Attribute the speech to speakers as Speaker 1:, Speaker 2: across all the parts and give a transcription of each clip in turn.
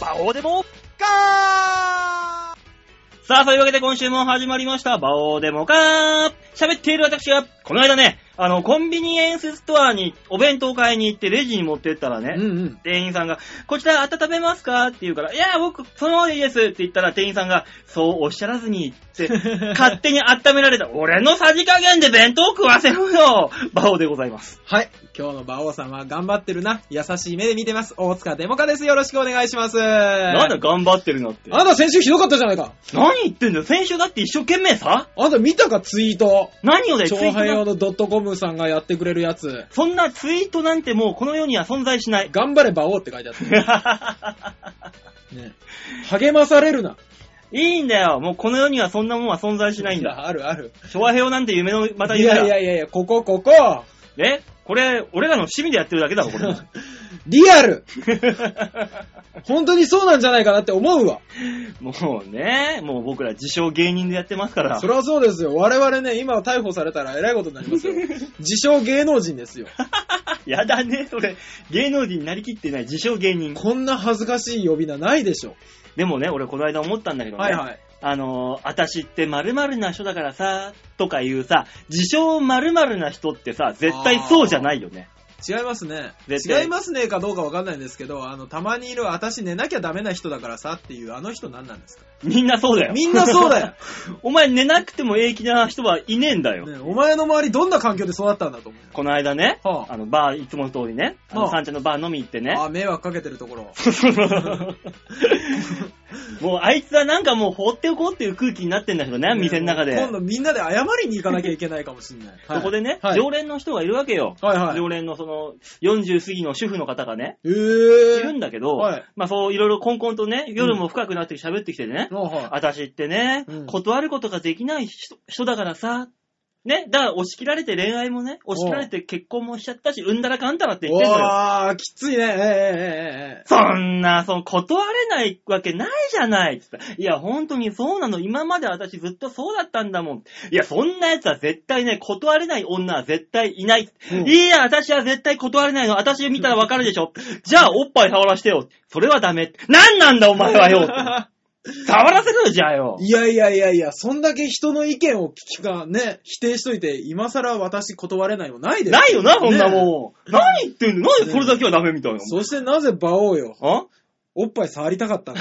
Speaker 1: バオでもガー
Speaker 2: さあ、そういうわけで今週も始まりました、バオーデモカー喋っている私は、この間ね、あの、コンビニエンスストアにお弁当買いに行ってレジに持ってったらね、
Speaker 1: うん うん。
Speaker 2: 店員さんが、こちら温めますかって言うから、いや、僕、そのままでいいですって言ったら店員さんが、そうおっしゃらずに って、勝手に温められた、俺のさじ加減で弁当食わせろよバオでございます。
Speaker 1: はい。今日の馬王さんは頑張ってるな。優しい目で見てます。大塚デモカです。よろしくお願いします。
Speaker 2: な
Speaker 1: なん
Speaker 2: だ頑張ってるなって。
Speaker 1: あなた先週ひどかったじゃないか。
Speaker 2: 何言ってんだよ先週だって一生懸命さ
Speaker 1: あなた見たかツイート。
Speaker 2: 何をだよ、
Speaker 1: 超
Speaker 2: ツイートな
Speaker 1: 派用
Speaker 2: んて
Speaker 1: のドットコムさんがやってくれるやつ。
Speaker 2: そんなツイートなんてもうこの世には存在しない。
Speaker 1: 頑張れ馬王って書いて あって。ね、励まされるな。
Speaker 2: いいんだよ。もうこの世にはそんなもんは存在しないんだ。
Speaker 1: やあるある。
Speaker 2: 昭和平和なんて夢の、また
Speaker 1: い
Speaker 2: 夢だ。
Speaker 1: やいやいやいや、ここここ。
Speaker 2: えこれ、俺らの趣味でやってるだけだろ、これ。
Speaker 1: リア ル。本当にそうなんじゃないかなって思うわ。
Speaker 2: もうね、もう僕ら自称芸人でやってますから。
Speaker 1: それはそうですよ。我々ね、今逮捕されたらえらいことになります よ。自称芸能人ですよ。
Speaker 2: やだね、それ。芸能人になりきってない自称芸人。
Speaker 1: こんな恥ずかしい呼び名ないでしょ。
Speaker 2: でもね、俺この間思ったんだけどね。
Speaker 1: い。
Speaker 2: あのー、私って〇〇な人だからさ、とかいうさ、自称〇〇な人ってさ、絶対そうじゃないよね。
Speaker 1: 違いますね。
Speaker 2: 絶対
Speaker 1: 違いますねかどうかわかんないんですけど、あの、たまにいる私寝なきゃダメな人だからさっていうあの人何なんですか
Speaker 2: みんなそうだよ。
Speaker 1: みんなそうだよ。
Speaker 2: お前寝なくても平気な人はいねえんだよ。
Speaker 1: ねお前の周りどんな環境で育ったんだと思 う。
Speaker 2: この間ね、
Speaker 1: はあ
Speaker 2: あの、バー、いつもの通りね、あの、
Speaker 1: はあ
Speaker 2: 三茶のバー飲み行ってね。
Speaker 1: ああ、迷惑かけてるところ。
Speaker 2: もう、あいつはなんかもう放っておこうっていう空気になってんだけどね、店の中で。
Speaker 1: 今度みんなで謝りに行かなきゃいけないかもしんない。はい
Speaker 2: そこでね、
Speaker 1: はい、
Speaker 2: 常連の人がいるわけよ。
Speaker 1: はいはい。
Speaker 2: 常連のその、40過ぎの主婦の方がね、
Speaker 1: え
Speaker 2: い
Speaker 1: ー。
Speaker 2: るんだけど、
Speaker 1: はい
Speaker 2: まあそう、いろいろコンコンとね、夜も深くなって喋ってきてね、
Speaker 1: あ はい
Speaker 2: 私ってね、
Speaker 1: うん
Speaker 2: 断ることができない人人だからさ、ね、だから押し切られて恋愛もね、押し切られて結婚もしちゃったし、うんだらかんだらって言ってんのよ。
Speaker 1: わー、きついね。えー、えー、えー、え
Speaker 2: そんな、その、断れないわけないじゃないっつったいや、本当にそうなの。今まで私ずっとそうだったんだもん。いや、そんな奴は絶対ね、断れない女は絶対いない。
Speaker 1: う ん
Speaker 2: いいや、私は絶対断れないの。私見たらわかるでしょ。じゃあ、おっぱい触らしてよ。それはダメ。なんなんだ、お前はよ。 触らせろよ、じゃあよ
Speaker 1: ー。いやいやいやいや、そんだけ人の意見を聞きか、ね、否定しといて、今更私断れないのないです
Speaker 2: ないよな、そんな
Speaker 1: ね
Speaker 2: もん。何言ってんのなんでそれだけはダメみたいな。
Speaker 1: そしてなぜ馬王よ。
Speaker 2: あ
Speaker 1: おっぱい触りた かったの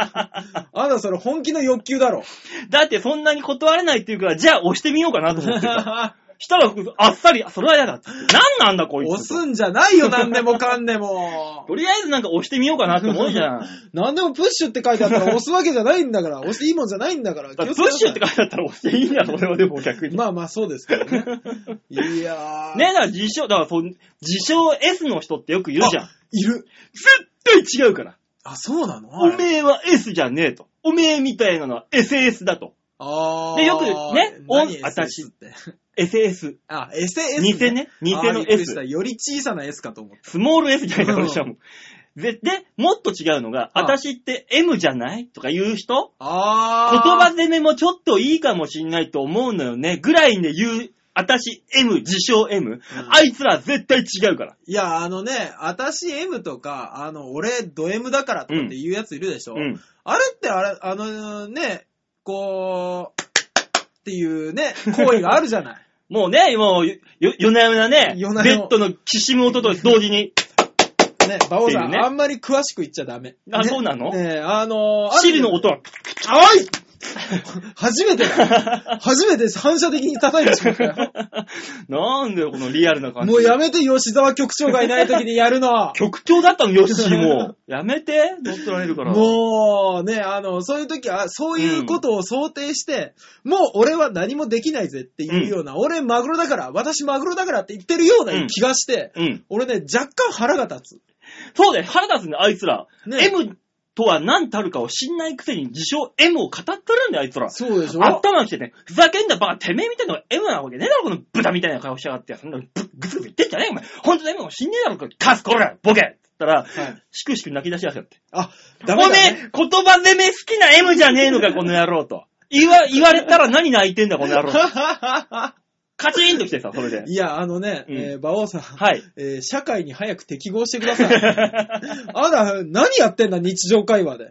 Speaker 1: あなたそれ本気の欲求だろ。
Speaker 2: だってそんなに断れないっていうから、じゃあ押してみようかなと思って た。したら、あっさり、それは嫌だっつって。なんなんだこいつ。
Speaker 1: 押すんじゃないよ、何でもかん でも
Speaker 2: と。りあえずなんか押してみようかなって思うじ ゃん。だ
Speaker 1: 何でもプッシュって書いてあったら押すわけじゃないんだから、押していいもんじゃないんだから。
Speaker 2: から
Speaker 1: 気
Speaker 2: プ
Speaker 1: を
Speaker 2: ッ
Speaker 1: つけなさい
Speaker 2: シュって書いてあったら押していいんだろ、俺はでも逆に。
Speaker 1: まあまあそうですけ どね。いやー。
Speaker 2: ねえ、だから自称、だからそう、自称 S の人ってよく言うじゃん。
Speaker 1: いる。
Speaker 2: 絶対違うから。
Speaker 1: あ、そうなの
Speaker 2: おめえは S じゃねえと。おめえみたいなのは SS だと。
Speaker 1: あー。
Speaker 2: でよくね
Speaker 1: 何
Speaker 2: お
Speaker 1: SS
Speaker 2: 私
Speaker 1: って。
Speaker 2: SS。
Speaker 1: あ、SS ね。
Speaker 2: 偽ね。偽
Speaker 1: あー
Speaker 2: の
Speaker 1: びっくりし
Speaker 2: S
Speaker 1: た。。より小さな S かと思っ
Speaker 2: スモール S じゃないか、しかも。で、で、もっと違うのが、
Speaker 1: あ
Speaker 2: 私って M じゃないとか言う人
Speaker 1: た。あ
Speaker 2: 言
Speaker 1: ー。
Speaker 2: 葉攻めもちょっといいかもしんないと思うのよね。ぐらいで言う、私 M、自称 M、あいつら絶対違うから。
Speaker 1: いや、あのね、私 M とか、あの、俺ド M だからとかっていうやついるでしょ。
Speaker 2: うん。
Speaker 1: あれって、あれ、あのね、こう、っていうね、行為があるじ ゃない。
Speaker 2: もうね、もう、よ、夜な夜なね、ベ
Speaker 1: 夜な夜
Speaker 2: ッドのきしむ音と同時に、
Speaker 1: ね、バオさ、
Speaker 2: っていうんね
Speaker 1: あんまり詳しく言っちゃダメ。
Speaker 2: あ、
Speaker 1: ね
Speaker 2: そうなの
Speaker 1: ねあのー、
Speaker 2: 汁 の音は、
Speaker 1: あい初めてだ。初めて反射的に叩いてしまったよ。
Speaker 2: なんだよ、このリアルな感じ。
Speaker 1: もうやめて吉沢局長がいない時にやるの。
Speaker 2: 曲調だったの、ヨッシーも。やめて、乗っ取られるから。
Speaker 1: もうね、あの、そういう時は、そういうことを想定して、もう俺は何もできないぜっていうような、俺マグロだから、私マグロだからって言ってるような気がして、
Speaker 2: うん。
Speaker 1: 俺ね、若干腹が立つ。
Speaker 2: そうだよ、腹立つんだよ、あいつら。
Speaker 1: ね
Speaker 2: M とは何たるかを知んないくせに、自称 M を語ってるんだよ、あいつら。
Speaker 1: そうでしょ
Speaker 2: 頭きてね、ふざけんなバカ、てめえみたいなのが M なわけねえだろ、この豚みたいな顔しやがって。そんなのぶぐつぐつ言ってんじゃねえよ、お前。ほんとの M も死んねえだろ、カス、こら、ボケっつったら、
Speaker 1: はい
Speaker 2: しくしく泣き出しやがって。
Speaker 1: あ、
Speaker 2: お
Speaker 1: ダ
Speaker 2: め
Speaker 1: メ
Speaker 2: え
Speaker 1: だ、ね。、
Speaker 2: 言葉攻め好きな M じゃねえのか、この野郎と。言わ、言われたら何泣いてんだ、この野郎。カチンと来てさ、それで。
Speaker 1: いや、あのね、
Speaker 2: うん
Speaker 1: えー馬王さん、
Speaker 2: はい。
Speaker 1: えー社会に早く適合してく ださい。あら、何やってんだ、日常会話で。
Speaker 2: だっ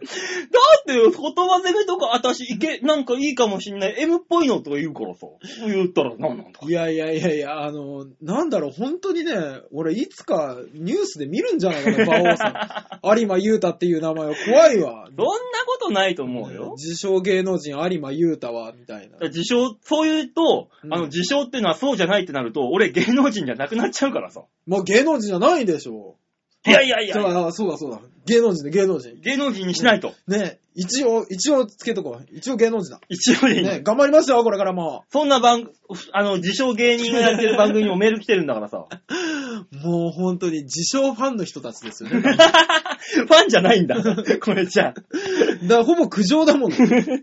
Speaker 2: て、言葉攻めとか、私、いけ、なんかいいかもしんない。M っぽいのとか言うからさ。言ったら、なんなんだ。
Speaker 1: いやいやいやいや、あの、なんだろう、本当にね、俺、いつかニュースで見るんじゃないかな、馬王さん。 有馬優太っていう名前は怖いわ。
Speaker 2: そんなことないと思うよ。
Speaker 1: 自称芸能人有馬優太は、みたいな。
Speaker 2: 自称、そう言うと、
Speaker 1: うん
Speaker 2: あの、自称っていうのはそうじゃないってなると、俺芸能人じゃなくなっちゃうからさ。
Speaker 1: まあ、芸能人じゃないでしょ
Speaker 2: いやいやい
Speaker 1: じゃ
Speaker 2: や、
Speaker 1: あ、あそうだそうだ。芸能人で芸能人。
Speaker 2: 芸能人にしないと。
Speaker 1: ね一応、一応つけとこう。一応芸能人だ。
Speaker 2: 一応でいい、
Speaker 1: ね頑張りますよ、これからも。
Speaker 2: そんな番、あの、自称芸人がやってる番組にもメール来てるんだからさ。
Speaker 1: もう本当に自称ファンの人たちです よね。だか
Speaker 2: ファンじゃないん だ。これじゃあ。
Speaker 1: らほぼ苦情だ もん、ね。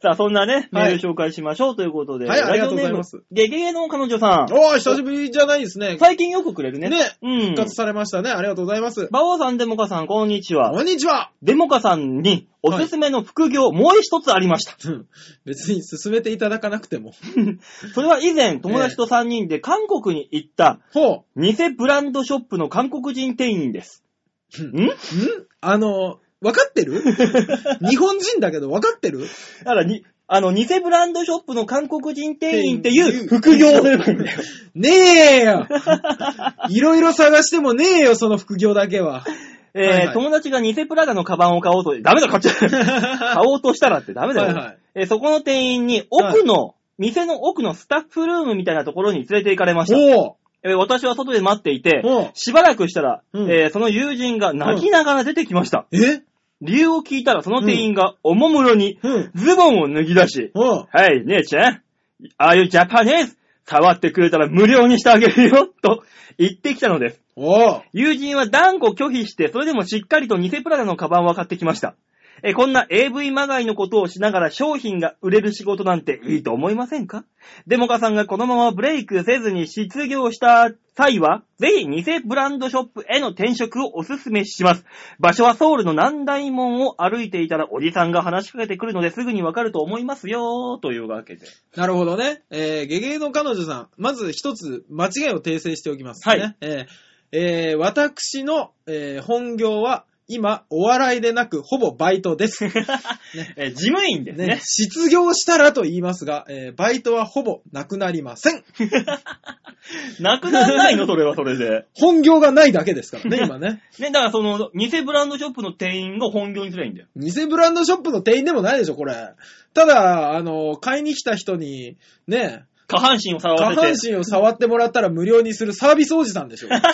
Speaker 2: さあ、そんなね、メ
Speaker 1: はい
Speaker 2: ール紹介しましょうということで。
Speaker 1: はいありがとうござい
Speaker 2: ラジオネーム
Speaker 1: ます。
Speaker 2: ゲゲゲの彼女さん。
Speaker 1: おー、久しぶりじゃないですね。
Speaker 2: 最近よくくれるね。
Speaker 1: ね
Speaker 2: うん
Speaker 1: 復。活されましたね。ありがとうございます。
Speaker 2: バオさん、デモカさん、こんにちは。
Speaker 1: こんにちは。
Speaker 2: デモカさんにおすすめの副業、もう一つありました。
Speaker 1: うん別に進めていただかなくても。
Speaker 2: それは以前、友達と3人で韓国に行った、
Speaker 1: ほ
Speaker 2: 偽ブランドショップの韓国人店員です。
Speaker 1: うんう。んあの、わかって る日本人だけどわかってる
Speaker 2: だからに、あの、偽ブランドショップの韓国人店員ってい
Speaker 1: 店
Speaker 2: う
Speaker 1: 員
Speaker 2: 副業をすればいいん だよ。
Speaker 1: ねえよいろいろ探してもねえよ、その副業だけは。
Speaker 2: えー
Speaker 1: はいはい
Speaker 2: 友達が偽プラダのカバンを買おうと、ダメだ、買っちゃ う。買おうとしたらってダメだよ。
Speaker 1: はいはい
Speaker 2: えーそこの店員に奥の、店の奥のスタッフルームみたいなところに連れて行かれました。
Speaker 1: ほ
Speaker 2: えー私は外で待っていて
Speaker 1: う。、ほう。
Speaker 2: しばらくしたら、
Speaker 1: うん
Speaker 2: えーその友人が泣きながら出てきました。
Speaker 1: え
Speaker 2: 理由を聞いたらその店員がおもむろに
Speaker 1: うん。
Speaker 2: ズボンを脱ぎ出し、
Speaker 1: ほう。
Speaker 2: はい、姉ちゃん、ああいうジャパネーズ触ってくれたら無料にしてあげるよ、と言ってきたのです。
Speaker 1: おう。
Speaker 2: 友人は断固拒否して、それでもしっかりと偽プラダのカバンを買ってきました。え、こんな AV まがいのことをしながら商品が売れる仕事なんていいと思いませんかデモカさんがこのままブレイクせずに失業した際は、ぜひ偽ブランドショップへの転職をおすすめします。場所はソウルの南大門を歩いていたらおじさんが話しかけてくるのですぐにわかると思いますよというわけで。
Speaker 1: なるほどね。えー、ゲゲの彼女さん、まず一つ間違いを訂正しておきます、ね。
Speaker 2: はい
Speaker 1: えーえー私の、えー本業は、今、お笑いでなく、ほぼバイ トです。ね、
Speaker 2: え、事務員ですね。
Speaker 1: 失業したらと言いますが、えーバイトはほぼなくなりません。
Speaker 2: なくなんないのそれはそれで。
Speaker 1: 本業がないだけですか らね、今ね。
Speaker 2: ね、だからその、偽ブランドショップの店員が本業にすればいいんだよ。
Speaker 1: 偽ブランドショップの店員でもないでしょ、これ。ただ、あの、買いに来た人に、ね、
Speaker 2: 下半身をさらわ
Speaker 1: 下
Speaker 2: せて。
Speaker 1: 半身を触ってもらったら無料にするサービスおじさんでしょ。
Speaker 2: だか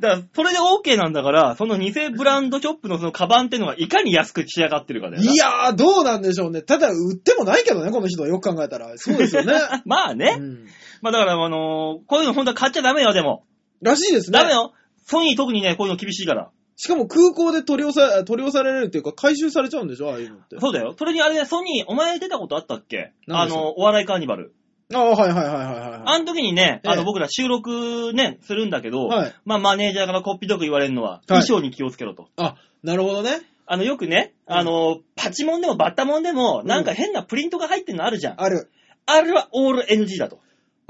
Speaker 2: ら、それで OK なんだから、その偽ブランドショップのそのカバンってのがいかに安く仕上がってるかだよな。
Speaker 1: いやー、どうなんでしょうね。ただ、売ってもないけどね、この人はよく考えたら。そうです よね。
Speaker 2: まあね。
Speaker 1: うん
Speaker 2: まあだから、あのーこういうの本当は買っちゃダメよ、でも。
Speaker 1: らしいですね。
Speaker 2: ダメよ。ソニー特にね、こういうの厳しいから。
Speaker 1: しかも空港で取り押さ、取り押されるっていうか、回収されちゃうんでしょ、ああいうのって。
Speaker 2: そうだよ。それにあれね、ソニー、お前出たことあったっけ
Speaker 1: 何
Speaker 2: あ
Speaker 1: ですか
Speaker 2: の、お笑いカーニバル。
Speaker 1: ああ、はいはいはいはいはい。
Speaker 2: あの時にね、あ
Speaker 1: ええ
Speaker 2: の、僕ら収録ね、するんだけど、
Speaker 1: はい
Speaker 2: まあマネージャーからこっぴどく言われるのは、
Speaker 1: はい
Speaker 2: 衣装に気をつけろと。
Speaker 1: あ、なるほどね。
Speaker 2: あの、よくね、
Speaker 1: うん
Speaker 2: あの、パチモンでもバッタモンでも、なんか変なプリントが入ってるのあるじゃん。
Speaker 1: ある。
Speaker 2: あれはオール NG だと。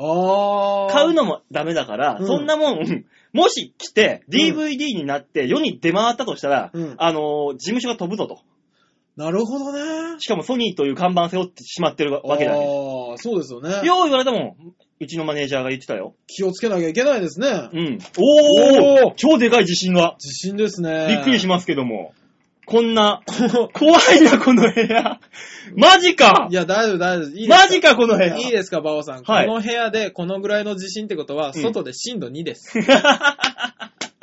Speaker 1: ああ。
Speaker 2: 買うのもダメだから、
Speaker 1: うん
Speaker 2: そんなもん、うんもし来て、
Speaker 1: ん
Speaker 2: DVD になって世に出回ったとしたら、
Speaker 1: うん
Speaker 2: あのー、事務所が飛ぶぞと。
Speaker 1: なるほどね。
Speaker 2: しかもソニーという看板背負ってしまってるわけだね。
Speaker 1: ああ、そうですよね。
Speaker 2: よう言われたもん。うちのマネージャーが言ってたよ。
Speaker 1: 気をつけなきゃいけないですね
Speaker 2: う。ん。おー
Speaker 1: おー
Speaker 2: 超でかい地震が。
Speaker 1: 自信ですね。
Speaker 2: びっくりし
Speaker 1: ま
Speaker 2: ますけども。こん な、怖いな、この部屋。マジか
Speaker 1: いや、大丈夫大丈夫。いいです
Speaker 2: マジか、この部屋。
Speaker 1: いいですか、バオさん。
Speaker 2: はい
Speaker 1: この部屋でこのぐらいの地震ってことは、
Speaker 2: うん
Speaker 1: 外で震度2です。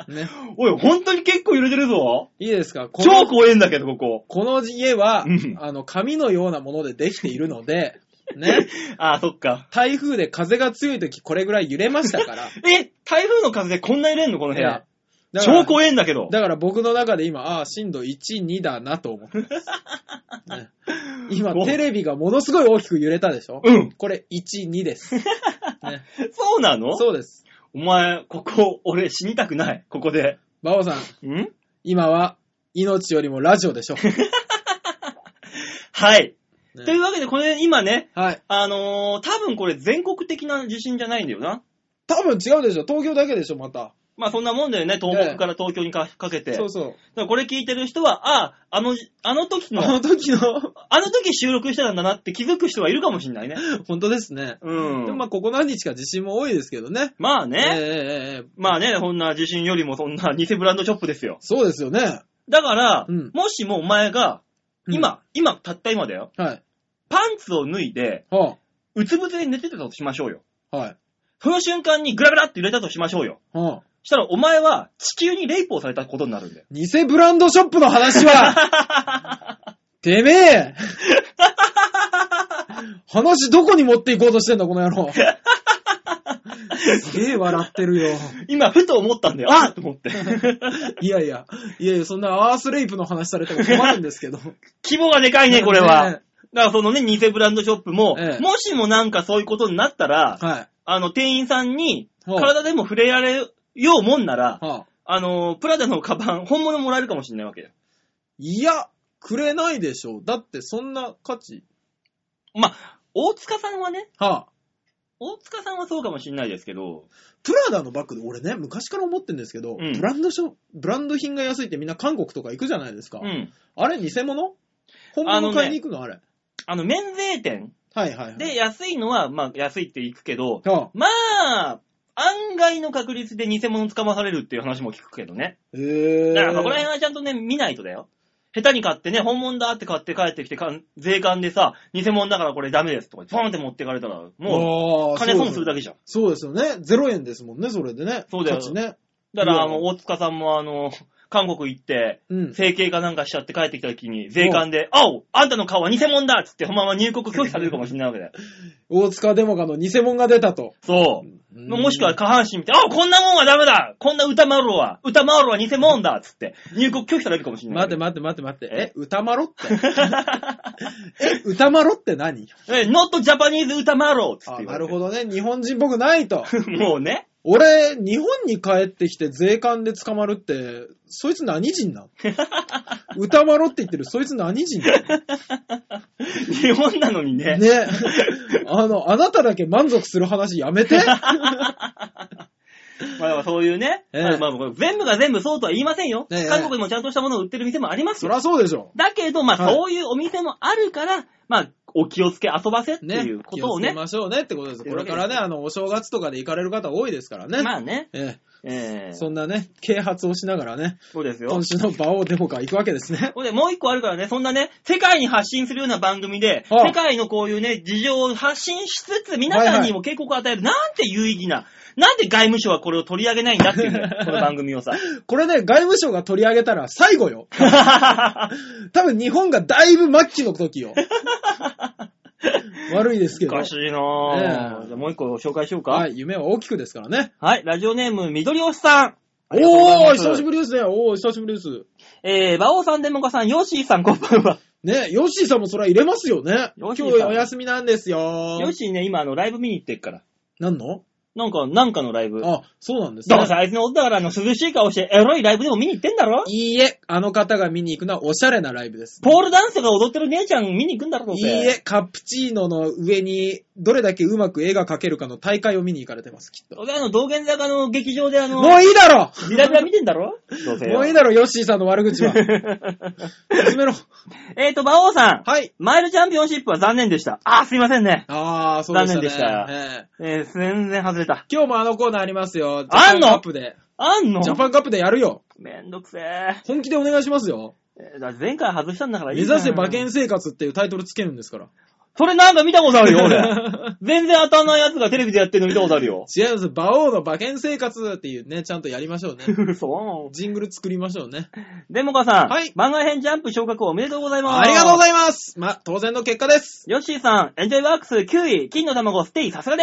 Speaker 1: ね。
Speaker 2: おい、本当に結構揺れてるぞ。
Speaker 1: いいですかこ
Speaker 2: 超
Speaker 1: の
Speaker 2: 怖えんだけど、ここ。
Speaker 1: この家は、
Speaker 2: うん
Speaker 1: あの、紙のようなものでできているの で、ね。
Speaker 2: ああ、そっか。
Speaker 1: 台風で風が強い時これぐらい揺れまし たから。
Speaker 2: え、台風の風でこんな揺れんのこの部屋
Speaker 1: ね。だから
Speaker 2: 超怖えんだけど。
Speaker 1: だから僕の中で今、ああ、震度1、2だなと思って ます。ね今、
Speaker 2: お
Speaker 1: テレビがものすごい大きく揺れたでしょ
Speaker 2: うん。
Speaker 1: これ、1、2です。ね、
Speaker 2: そうなの
Speaker 1: そうです。
Speaker 2: お前、ここ、俺死にたくない。ここで。
Speaker 1: バオさん、
Speaker 2: ん
Speaker 1: 今は、命よりもラジオでしょ。
Speaker 2: はい。
Speaker 1: ね
Speaker 2: というわけで、これ今ね、
Speaker 1: はい。
Speaker 2: あのー多分これ全国的な地震じゃないんだよな。
Speaker 1: 多分違うでしょ。東京だけでしょ、また。
Speaker 2: まあそんなもんだよね、東
Speaker 1: え
Speaker 2: 北
Speaker 1: え
Speaker 2: から東京にかかけて。
Speaker 1: そうそう。
Speaker 2: だからこれ聞いてる人は、ああ、あのじ、あの時
Speaker 1: あの
Speaker 2: の、
Speaker 1: 時の、
Speaker 2: あの時収録してたんだなって気づく人はいるかもしんないね。
Speaker 1: 本当ですね。
Speaker 2: うん。
Speaker 1: でもまあ、ここ何日か地震も多いですけどね。
Speaker 2: まあ
Speaker 1: えええ
Speaker 2: ね、
Speaker 1: えええ
Speaker 2: まあね、こんな地震よりもそんな 偽ブランドショップですよ。
Speaker 1: そうですよね。
Speaker 2: だから、
Speaker 1: うん
Speaker 2: もしもお前が、今、今、たった今だよ。
Speaker 1: はい。
Speaker 2: パンツを脱いで、
Speaker 1: は
Speaker 2: うつぶつで寝てたとしましょうよ。
Speaker 1: あ、はい。
Speaker 2: その瞬間にグラグラって揺れたとしましょうよ。
Speaker 1: はあ、
Speaker 2: したらお前は地球にレイプをされたことになるんだよ。
Speaker 1: 偽ブランドショップの話は てめえ話どこに持っていこうとしてんだ、この野 郎。すげえ笑ってるよ。
Speaker 2: 今、ふと思ったんだよ。あっと思って。
Speaker 1: いやいや、いやいや、そんなアースレイプの話されても困るんですけ ど。
Speaker 2: 規模がでか いね、これは。
Speaker 1: ね
Speaker 2: だからそのね、偽ブランドショップも、
Speaker 1: ええ
Speaker 2: もしもなんかそういうことになったら、
Speaker 1: はい。
Speaker 2: あの、店員さんに、
Speaker 1: はあ
Speaker 2: 体でも触れられようもんなら、
Speaker 1: はあ、
Speaker 2: あの、プラダのカバン、本物もらえるかもしれないわけだよ。
Speaker 1: いや、くれないでしょう。だってそんな価値。
Speaker 2: まあ、大塚さんはね、
Speaker 1: はあ、
Speaker 2: 大塚さんはそうかもしれないですけど、
Speaker 1: プラダのバッグで俺ね、昔から思ってんですけど、
Speaker 2: うん
Speaker 1: ブランドショ、ブランド品が安いってみんな韓国とか行くじゃないですか。
Speaker 2: うん。
Speaker 1: あれ、偽物本
Speaker 2: あの
Speaker 1: 物
Speaker 2: ね
Speaker 1: 買いに行くのあれ。
Speaker 2: あの、免税店
Speaker 1: はいはいはい。
Speaker 2: で安いのは、まあ、安いって行くけど、
Speaker 1: ああ、
Speaker 2: まあ、案外の確率で偽物捕まされるっていう話も聞くけどね。
Speaker 1: へえ。
Speaker 2: だからそこら辺はちゃんとね、見ないとだよ。下手に買ってね、本物だって買って帰ってきて、かん税関でさ、偽物だからこれダメですとか、ポンって持ってかれたら、も
Speaker 1: も
Speaker 2: う、金損するだ
Speaker 1: け。
Speaker 2: けじゃん。
Speaker 1: そうですよね。0円ですもんね、それでね。
Speaker 2: そうだよ
Speaker 1: 価値ね。
Speaker 2: だから、あ
Speaker 1: う
Speaker 2: の、
Speaker 1: わ
Speaker 2: 大塚さんもあの、韓国行って、
Speaker 1: うん。
Speaker 2: 整形かなんかしちゃって帰ってきた時に、税関で、あおあんたの顔は偽物だっつって、ほんまま入国拒否されるかもしれないわけだよ。
Speaker 1: 大塚デモカの偽物が出たと。
Speaker 2: そう。
Speaker 1: うん
Speaker 2: もしくは、下半身見て、あこんなもんはダメだこんな歌まるは、歌まるは偽物だっつって、入国拒否されるかもしれない。
Speaker 1: 待て待て待て待て。
Speaker 2: え
Speaker 1: え、歌まろって。 え、歌まろって何
Speaker 2: え、not Japanese 歌まろうっつって
Speaker 1: あ、
Speaker 2: 言わ
Speaker 1: な
Speaker 2: れ
Speaker 1: る
Speaker 2: て
Speaker 1: ほどね。日本人僕ないと。
Speaker 2: もうね。
Speaker 1: 俺、日本に帰ってきて税関で捕まるって、そいつ何人なん歌まろって言ってるそいつ何人なん
Speaker 2: 日本なのにね。
Speaker 1: ね。あの、あなただけ満足する話やめて。
Speaker 2: まあだからそういうね。
Speaker 1: ええ
Speaker 2: まあまあこれ全部が全部そうとは言いませんよ。
Speaker 1: ええ
Speaker 2: 韓国にもちゃんとしたものを売ってる店もあります
Speaker 1: そ
Speaker 2: よ。
Speaker 1: らそうでしょ。
Speaker 2: だけど、まあ
Speaker 1: はい
Speaker 2: そういうお店もあるから、まあお気をつけ遊ばせって
Speaker 1: ね。
Speaker 2: いうことを
Speaker 1: 気をつけ
Speaker 2: ね。
Speaker 1: ましょうねってことです。これからね、あの、お正月とかで行かれる方多いですからね。
Speaker 2: まあね。
Speaker 1: え
Speaker 2: ええ
Speaker 1: え、そんなね、啓発をしながらね、
Speaker 2: そうですよ
Speaker 1: 今。週の場をデモカ行くわけですね。
Speaker 2: ほんで、もう一個あるからね、そんなね、世界に発信するような番組で、
Speaker 1: ああ
Speaker 2: 世界のこういうね、事情を発信しつつ、皆さんにも警告を与える、なんて有意義な、なんで外務省はこれを取り上げないんだっていう ね、この番組をさ。
Speaker 1: これね、外務省が取り上げたら最後よ。多分日本がだいぶ末期の 時よ。悪いですけ
Speaker 2: お
Speaker 1: ど。
Speaker 2: かしいなぁ
Speaker 1: ええ
Speaker 2: じゃあもう一個紹介しようか。
Speaker 1: はい、夢は大きくですからね。
Speaker 2: はい、ラジオネーム、緑押しさん。
Speaker 1: おー、久し
Speaker 2: り。
Speaker 1: ぶりですね。おー、久しぶりです。
Speaker 2: えー、馬王さん、デモカさん、ヨッシーさん、こんばんは。
Speaker 1: ね、ヨッシーさんもそれは入れますよね。
Speaker 2: ヨッ
Speaker 1: 今
Speaker 2: シ
Speaker 1: 日
Speaker 2: ーさん
Speaker 1: お休みなんですよ。
Speaker 2: ヨッシーね、今、あの、ライブ見に行ってっから。
Speaker 1: なんの
Speaker 2: なんか、なんかのライブ。
Speaker 1: あ、そうなんです
Speaker 2: だからさ、あいつの音だから、あの、涼しい顔して、エロいライブでも見に行ってんだろ
Speaker 1: いいえ、あの方が見に行くのはおしゃれなライブです。
Speaker 2: ポールダンスが踊ってる姉ちゃん見に行くんだろどう
Speaker 1: い
Speaker 2: せ
Speaker 1: いえ、カプチーノの上にどれだけうまく絵が描けるかの大会を見に行かれてます、きっと。
Speaker 2: 俺あの、道玄坂の劇場であの、
Speaker 1: もういいだろ
Speaker 2: ビラビラ見てんだろどうせよ
Speaker 1: もういいだろ、ヨッシーさんの悪口は。進めろ。
Speaker 2: えーと、馬王さん。
Speaker 1: はい。
Speaker 2: マイルチャンピオンシップは残念でした。あー、すいませんね。
Speaker 1: あー、そうでした、ね。
Speaker 2: 残念でした
Speaker 1: ええ
Speaker 2: えー、全然外れた。
Speaker 1: 今日もあのコーナーありますよ。ジャ
Speaker 2: あ
Speaker 1: パ
Speaker 2: ん
Speaker 1: ン
Speaker 2: の
Speaker 1: カップで。
Speaker 2: あんの
Speaker 1: ジャパンカップでやるよ。
Speaker 2: めんどくせー。
Speaker 1: 本気でお願いしますよ。
Speaker 2: えーだ前回外したんだからいい
Speaker 1: 目
Speaker 2: じゃん
Speaker 1: 指せ馬券生活っていうタイトルつけるんですから。。
Speaker 2: それなんか見たことあるよ、 俺。全然当たんないやつがテレビでやってるの見たことあるよ
Speaker 1: 違うんです。馬王の馬券生活っていうね、ちゃんとやりましょうね。
Speaker 2: そ
Speaker 1: ジングル作りましょうね。
Speaker 2: う。デモカさん。
Speaker 1: はい
Speaker 2: 漫画編ジャンプ昇格おめでとうございます。
Speaker 1: ありがとうご
Speaker 2: います。
Speaker 1: ざいますま、当然の結果です。
Speaker 2: ヨッシーさん、エンジョイワークス9位、金の卵ステイ、さすが
Speaker 1: そ
Speaker 2: で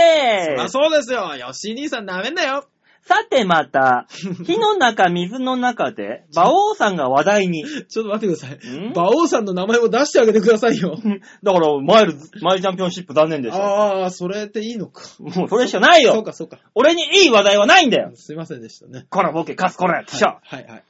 Speaker 1: り
Speaker 2: ー
Speaker 1: ゃ
Speaker 2: す。
Speaker 1: そうですよ。よし兄さんなめんなよ。
Speaker 2: さてま た、火の中、水の中で、馬王さんが話題に。
Speaker 1: ちょっと待ってください
Speaker 2: ん。
Speaker 1: 馬王さんの名前を出してあげてくださいよ。
Speaker 2: だから、マイル、マイルチャンピオンシップ残念でした。
Speaker 1: ああ、それっていいのか。
Speaker 2: もうそれしかない
Speaker 1: そう
Speaker 2: よ。
Speaker 1: か、そうか。
Speaker 2: 俺にいい話題はないんだよ。
Speaker 1: すいませんでしたね。
Speaker 2: このボケ、カスこれ、っしょ。
Speaker 1: はい、はい。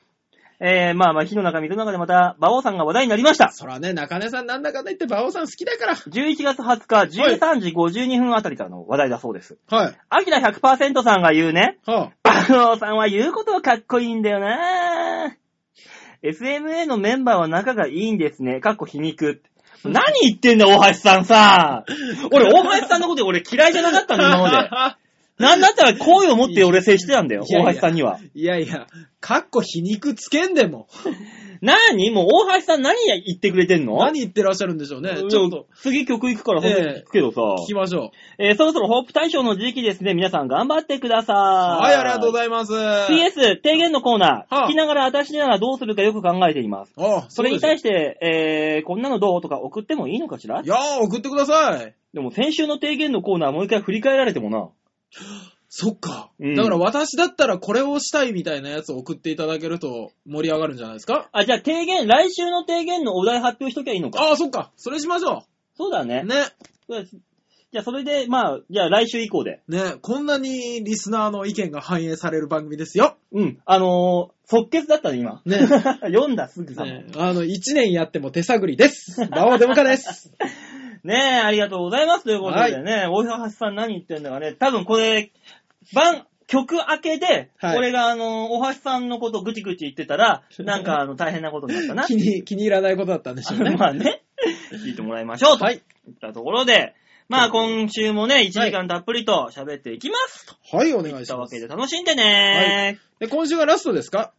Speaker 2: えー、まあまあ、火の中、水の中でまた、馬王さんが話題になりました。
Speaker 1: そらね、中根さんなんだかんだ言って馬王さん好きだから。
Speaker 2: 11月20日、13時52分あたりからの話題だそうです。
Speaker 1: はい。
Speaker 2: アキラ100%さんが言うね、
Speaker 1: は
Speaker 2: 馬王さんは言うことはかっこいいんだよな SMA のメンバーは仲がいいんですね。かっこ皮肉。何言ってんだよ、大橋さんさ。俺、大橋さんのこと俺嫌いじゃなかったんだ、今まで。
Speaker 1: あ。
Speaker 2: なんだったら好意を持って俺接してたんだよ、
Speaker 1: いやいや
Speaker 2: 大橋さんには。
Speaker 1: いやいや、かっこ皮肉つけんでも。
Speaker 2: 何もう大橋さん何言ってくれてんの
Speaker 1: 何言ってらっしゃるんでしょうね。ちょっと、。
Speaker 2: 次曲行くから、本当に聞くけどさ。
Speaker 1: 聞きましょう。
Speaker 2: えーそろそろホープ大賞の時期ですね。皆さん頑張ってください。
Speaker 1: はい、ありがとうご
Speaker 2: い
Speaker 1: ざいます。
Speaker 2: PS、提言のコーナー。
Speaker 1: はあ
Speaker 2: 聞きながら私ならどうするかよく考えています。
Speaker 1: あ、
Speaker 2: それに対
Speaker 1: し
Speaker 2: して、えー、こんなのどうとか送ってもいいのかしら
Speaker 1: いやー、送ってください。
Speaker 2: でも先週の提言のコーナーもう一回振り返られてもな。
Speaker 1: そっか、
Speaker 2: うん
Speaker 1: だから私だったらこれをしたいみたいなやつを送っていただけると盛り上がるんじゃないですか
Speaker 2: あ、じゃあ提言、来週の提言のお題発表しときゃいいのか。
Speaker 1: ああ、そっか。それしましょ
Speaker 2: そうだ
Speaker 1: う。
Speaker 2: ね。
Speaker 1: ね。
Speaker 2: そうですじゃあそれで、まあ、じゃあ来週以降で。
Speaker 1: ね。こんなにリスナーの意見が反映される番組ですよ。
Speaker 2: うん。あのー、即決だったね、今。
Speaker 1: ね
Speaker 2: 読んだ、すぐさま。
Speaker 1: ね。あの、一年やっても手探 りです。馬王デモカです。
Speaker 2: ねえ、ありがとうございます。ということでね、大橋さん何言ってんだかね、多分これ、番、曲明けで、
Speaker 1: はい
Speaker 2: 俺があの、大橋さんのことぐちぐち言ってた ら、なんかあの、大変なことになったな。
Speaker 1: 気に、気に入らないことだったんでしょう ね。
Speaker 2: まあね、聞いてもらいましょう。と
Speaker 1: はい。
Speaker 2: いったところで、まあ今週もね、1時間たっぷりと喋っていきます。
Speaker 1: はい、お
Speaker 2: とい
Speaker 1: 願い
Speaker 2: っ
Speaker 1: した
Speaker 2: わ
Speaker 1: ま
Speaker 2: け
Speaker 1: す
Speaker 2: で。楽しんでね
Speaker 1: で、今週がラストですか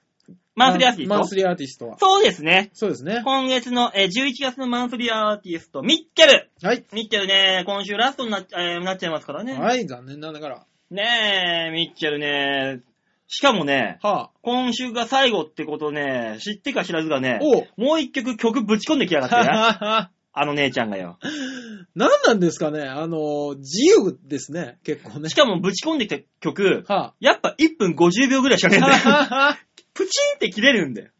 Speaker 2: マンスリーアーティ
Speaker 1: マン
Speaker 2: ス
Speaker 1: ス
Speaker 2: ト。
Speaker 1: リーアーティストは。
Speaker 2: そうですね。
Speaker 1: そうですね。
Speaker 2: 今月の、えー11月のマンスリーアーティスト、ミッケル
Speaker 1: はい。
Speaker 2: ミッケルね、今週ラストになっ,、えーなっちゃいますからね。
Speaker 1: はい、残念ながら。
Speaker 2: ねえ、ミッチェルね。しかもね、
Speaker 1: は
Speaker 2: 今週が最後ってことね、知ってか知らずがね
Speaker 1: あ。、おう。
Speaker 2: もう一曲曲ぶち込んできやがって ね。あの姉ちゃんがよ。
Speaker 1: 何なんですかねあの、自由ですね、結構ね
Speaker 2: し。かもぶち込んできた曲、
Speaker 1: は
Speaker 2: やっぱ1分50秒ぐらいしかねえんだよ。
Speaker 1: あ、
Speaker 2: プチンって切れるんだよ。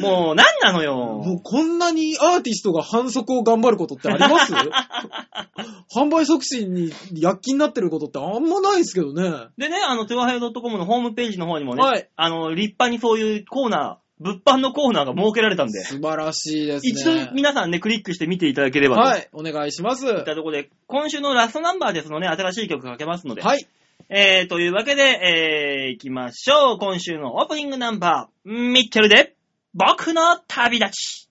Speaker 2: もう、なんなの
Speaker 1: も
Speaker 2: よ。
Speaker 1: うこんなにアーティストが反則を頑張ることってあります 販売促進に躍起になってることってあんまないですけどね。
Speaker 2: でね、あの、トゥアヘイドットコムのホームページの方にもね、
Speaker 1: はい
Speaker 2: あの、立派にそういうコーナー、物販のコーナーが設けられたんで、
Speaker 1: 素晴らしいですね。
Speaker 2: 一度皆さんね、クリックして見ていただければと。。
Speaker 1: はいい、お願いします。
Speaker 2: ったところで、今週のラストナンバーですので、新しい曲かけますので、
Speaker 1: はい、
Speaker 2: えー、というわけで、えー、行きましょう。今週のオープニングナンバー、ミッチェルで、僕の旅立ち。